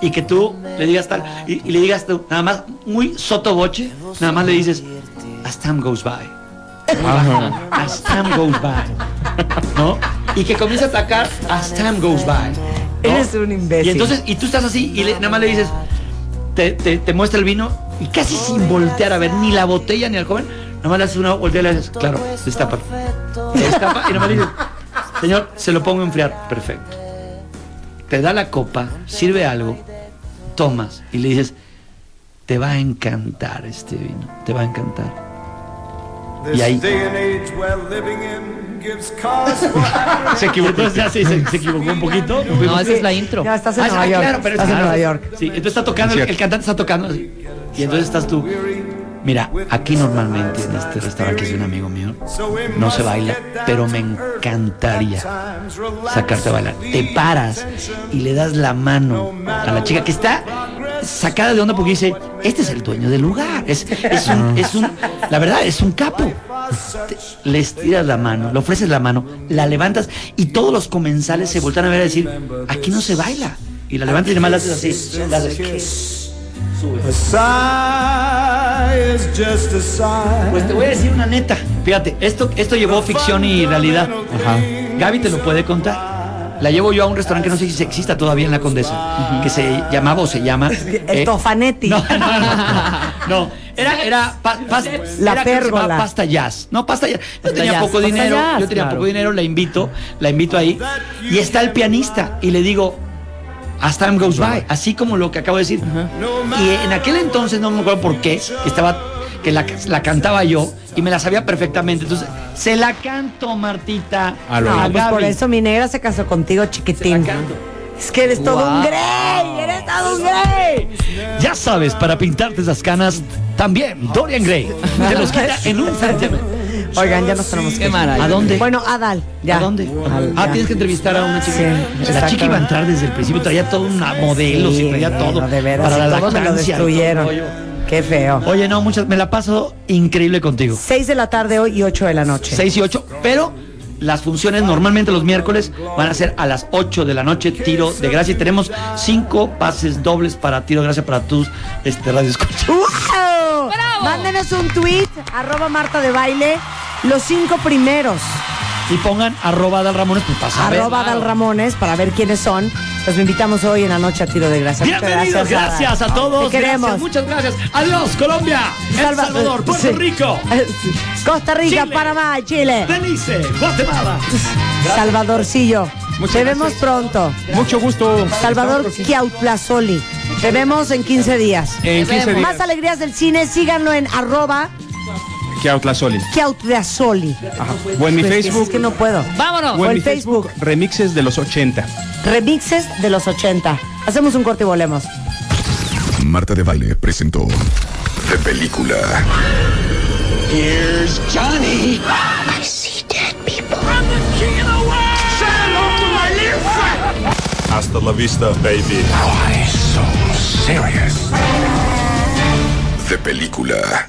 Speaker 9: y que tú le digas tal, y, y le digas tú, nada más, muy sotoboche, nada más le dices, as time goes by. Muy bajo, As time goes by. ¿No? Y que comienza a atacar as time goes by. ¿no?
Speaker 4: Eres un imbécil.
Speaker 9: Y entonces, y tú estás así y le- nada más le dices, te, te- te muestra el vino y casi sin voltear a ver ni la botella ni al joven, nada más le haces una voltea y le dices, claro, destápalo. Destapa y nada más le dices, señor, se lo pongo a enfriar. Perfecto. Te da la copa, sirve algo, tomas y le dices, te va a encantar este vino, te va a encantar.
Speaker 2: This
Speaker 9: Y ahí-
Speaker 2: day and age we're living in gives cause for
Speaker 9: Se equivocó, ya se, se- se equivocó un poquito.
Speaker 14: No, esa es la intro.
Speaker 4: Ya estás en
Speaker 9: Ah,
Speaker 4: Nueva
Speaker 9: ah,
Speaker 4: York.
Speaker 9: claro, pero es
Speaker 4: estás en
Speaker 9: claro.
Speaker 4: Nueva York.
Speaker 9: Sí, entonces está tocando, el, el cantante está tocando. así. Y entonces estás tú. Mira, aquí normalmente en este restaurante que es de un amigo mío, no se baila, pero me encantaría sacarte a bailar. Te paras y le das la mano a la chica que está sacada de onda porque dice, este es el dueño del lugar. Es, es un, es un, la verdad, es un capo. Te- Le estiras la mano, le ofreces la mano, la levantas y todos los comensales se voltean a ver a decir, aquí no se baila. Y la levantas y además la haces así. la haces.
Speaker 2: A sigh is just a sigh.
Speaker 9: Pues te voy a decir una neta. Fíjate, esto, esto llevó ficción y realidad. Gaby te lo puede contar. La llevo yo a un restaurante que no sé si exista todavía en la Condesa, que se llamaba o se llama...
Speaker 4: El
Speaker 9: eh,
Speaker 4: Tofanetti.
Speaker 9: No, era, era, pa- pas-
Speaker 4: La
Speaker 9: era que se llamaba
Speaker 4: pérgola.
Speaker 9: Pasta Jazz. No, Pasta Jazz. Yo tenía
Speaker 4: jazz,
Speaker 9: poco
Speaker 4: pasta
Speaker 9: dinero,
Speaker 4: jazz,
Speaker 9: yo tenía
Speaker 4: claro.
Speaker 9: poco dinero, la invito, la invito ahí. Y está el pianista y le digo, As Time Goes By, así como lo que acabo de decir. Y en aquel entonces, no me acuerdo por qué, que estaba, que la, la cantaba yo y me la sabía perfectamente. Entonces, se la canto, Martita.
Speaker 4: Ah, pues por eso mi negra se casó contigo, chiquitín. Es que eres todo un grey, eres todo un grey.
Speaker 15: Ya sabes, para pintarte esas canas, también Dorian Gray. Te los quita en un centímetro.
Speaker 4: Oigan, ya nos tenemos que ir.
Speaker 15: maravilla.
Speaker 4: ¿A dónde? Bueno, Adal. Ya.
Speaker 9: ¿A dónde? ah,
Speaker 4: ya.
Speaker 9: tienes que entrevistar a una chica.
Speaker 4: Sí,
Speaker 9: la chica iba a
Speaker 4: exactamente.
Speaker 9: entrar desde el principio, traía todo una modelo,
Speaker 4: Sí,
Speaker 9: y traía
Speaker 4: no,
Speaker 9: todo.
Speaker 4: no, de veras,
Speaker 9: para la
Speaker 4: todo me lo
Speaker 9: lactancia,
Speaker 4: destruyeron.
Speaker 9: todo el rollo.
Speaker 4: Qué feo.
Speaker 9: Oye, no, muchas, me la paso increíble contigo.
Speaker 4: 6 de la tarde hoy y 8 de la noche.
Speaker 9: 6 y 8, pero las funciones normalmente los miércoles van a ser a las 8 de la noche, tiro de gracia. Y tenemos cinco pases dobles para tiro de gracia para tus este, radioescuchas.
Speaker 4: ¡Wow! Mándenos un tweet, arroba Marta de Baile, los cinco primeros.
Speaker 9: Y pongan arroba Dal Ramones, pues pasa.
Speaker 4: Arroba Dal Ramones para ver quiénes son. Los invitamos hoy en la noche a tiro de gracia. Muchas
Speaker 15: Bienvenidos,
Speaker 4: Adal.
Speaker 15: gracias a todos.
Speaker 4: Te queremos.
Speaker 15: Gracias, muchas gracias. Adiós, Colombia, El
Speaker 4: Salva- eh,
Speaker 15: Salvador, Puerto
Speaker 4: sí.
Speaker 15: Rico,
Speaker 4: Costa Rica,
Speaker 15: Chile.
Speaker 4: Panamá, Chile.
Speaker 15: Belice, Guatemala.
Speaker 4: Salvadorcillo. Te vemos pronto.
Speaker 6: Mucho gusto.
Speaker 4: Salvador Chiautlazoli. Te vemos en 15 días.
Speaker 6: En 15 días.
Speaker 4: Más alegrías del cine, síganlo en arroba
Speaker 6: Que Outlasoli.
Speaker 4: Chiautlazoli.
Speaker 6: Ajá. O en mi
Speaker 4: Pues,
Speaker 6: Facebook.
Speaker 4: Es que no puedo.
Speaker 6: O
Speaker 4: O
Speaker 6: en mi
Speaker 4: el Facebook.
Speaker 6: Facebook, remixes de los 80.
Speaker 4: Remixes de los 80. Hacemos un corte y volvemos.
Speaker 1: Marta de Baile presentó de película.
Speaker 16: Here's Johnny. I see dead people. I'm the king of the world. Say hello to my little friend.
Speaker 17: Hasta la vista, baby.
Speaker 1: Why so serious? De película.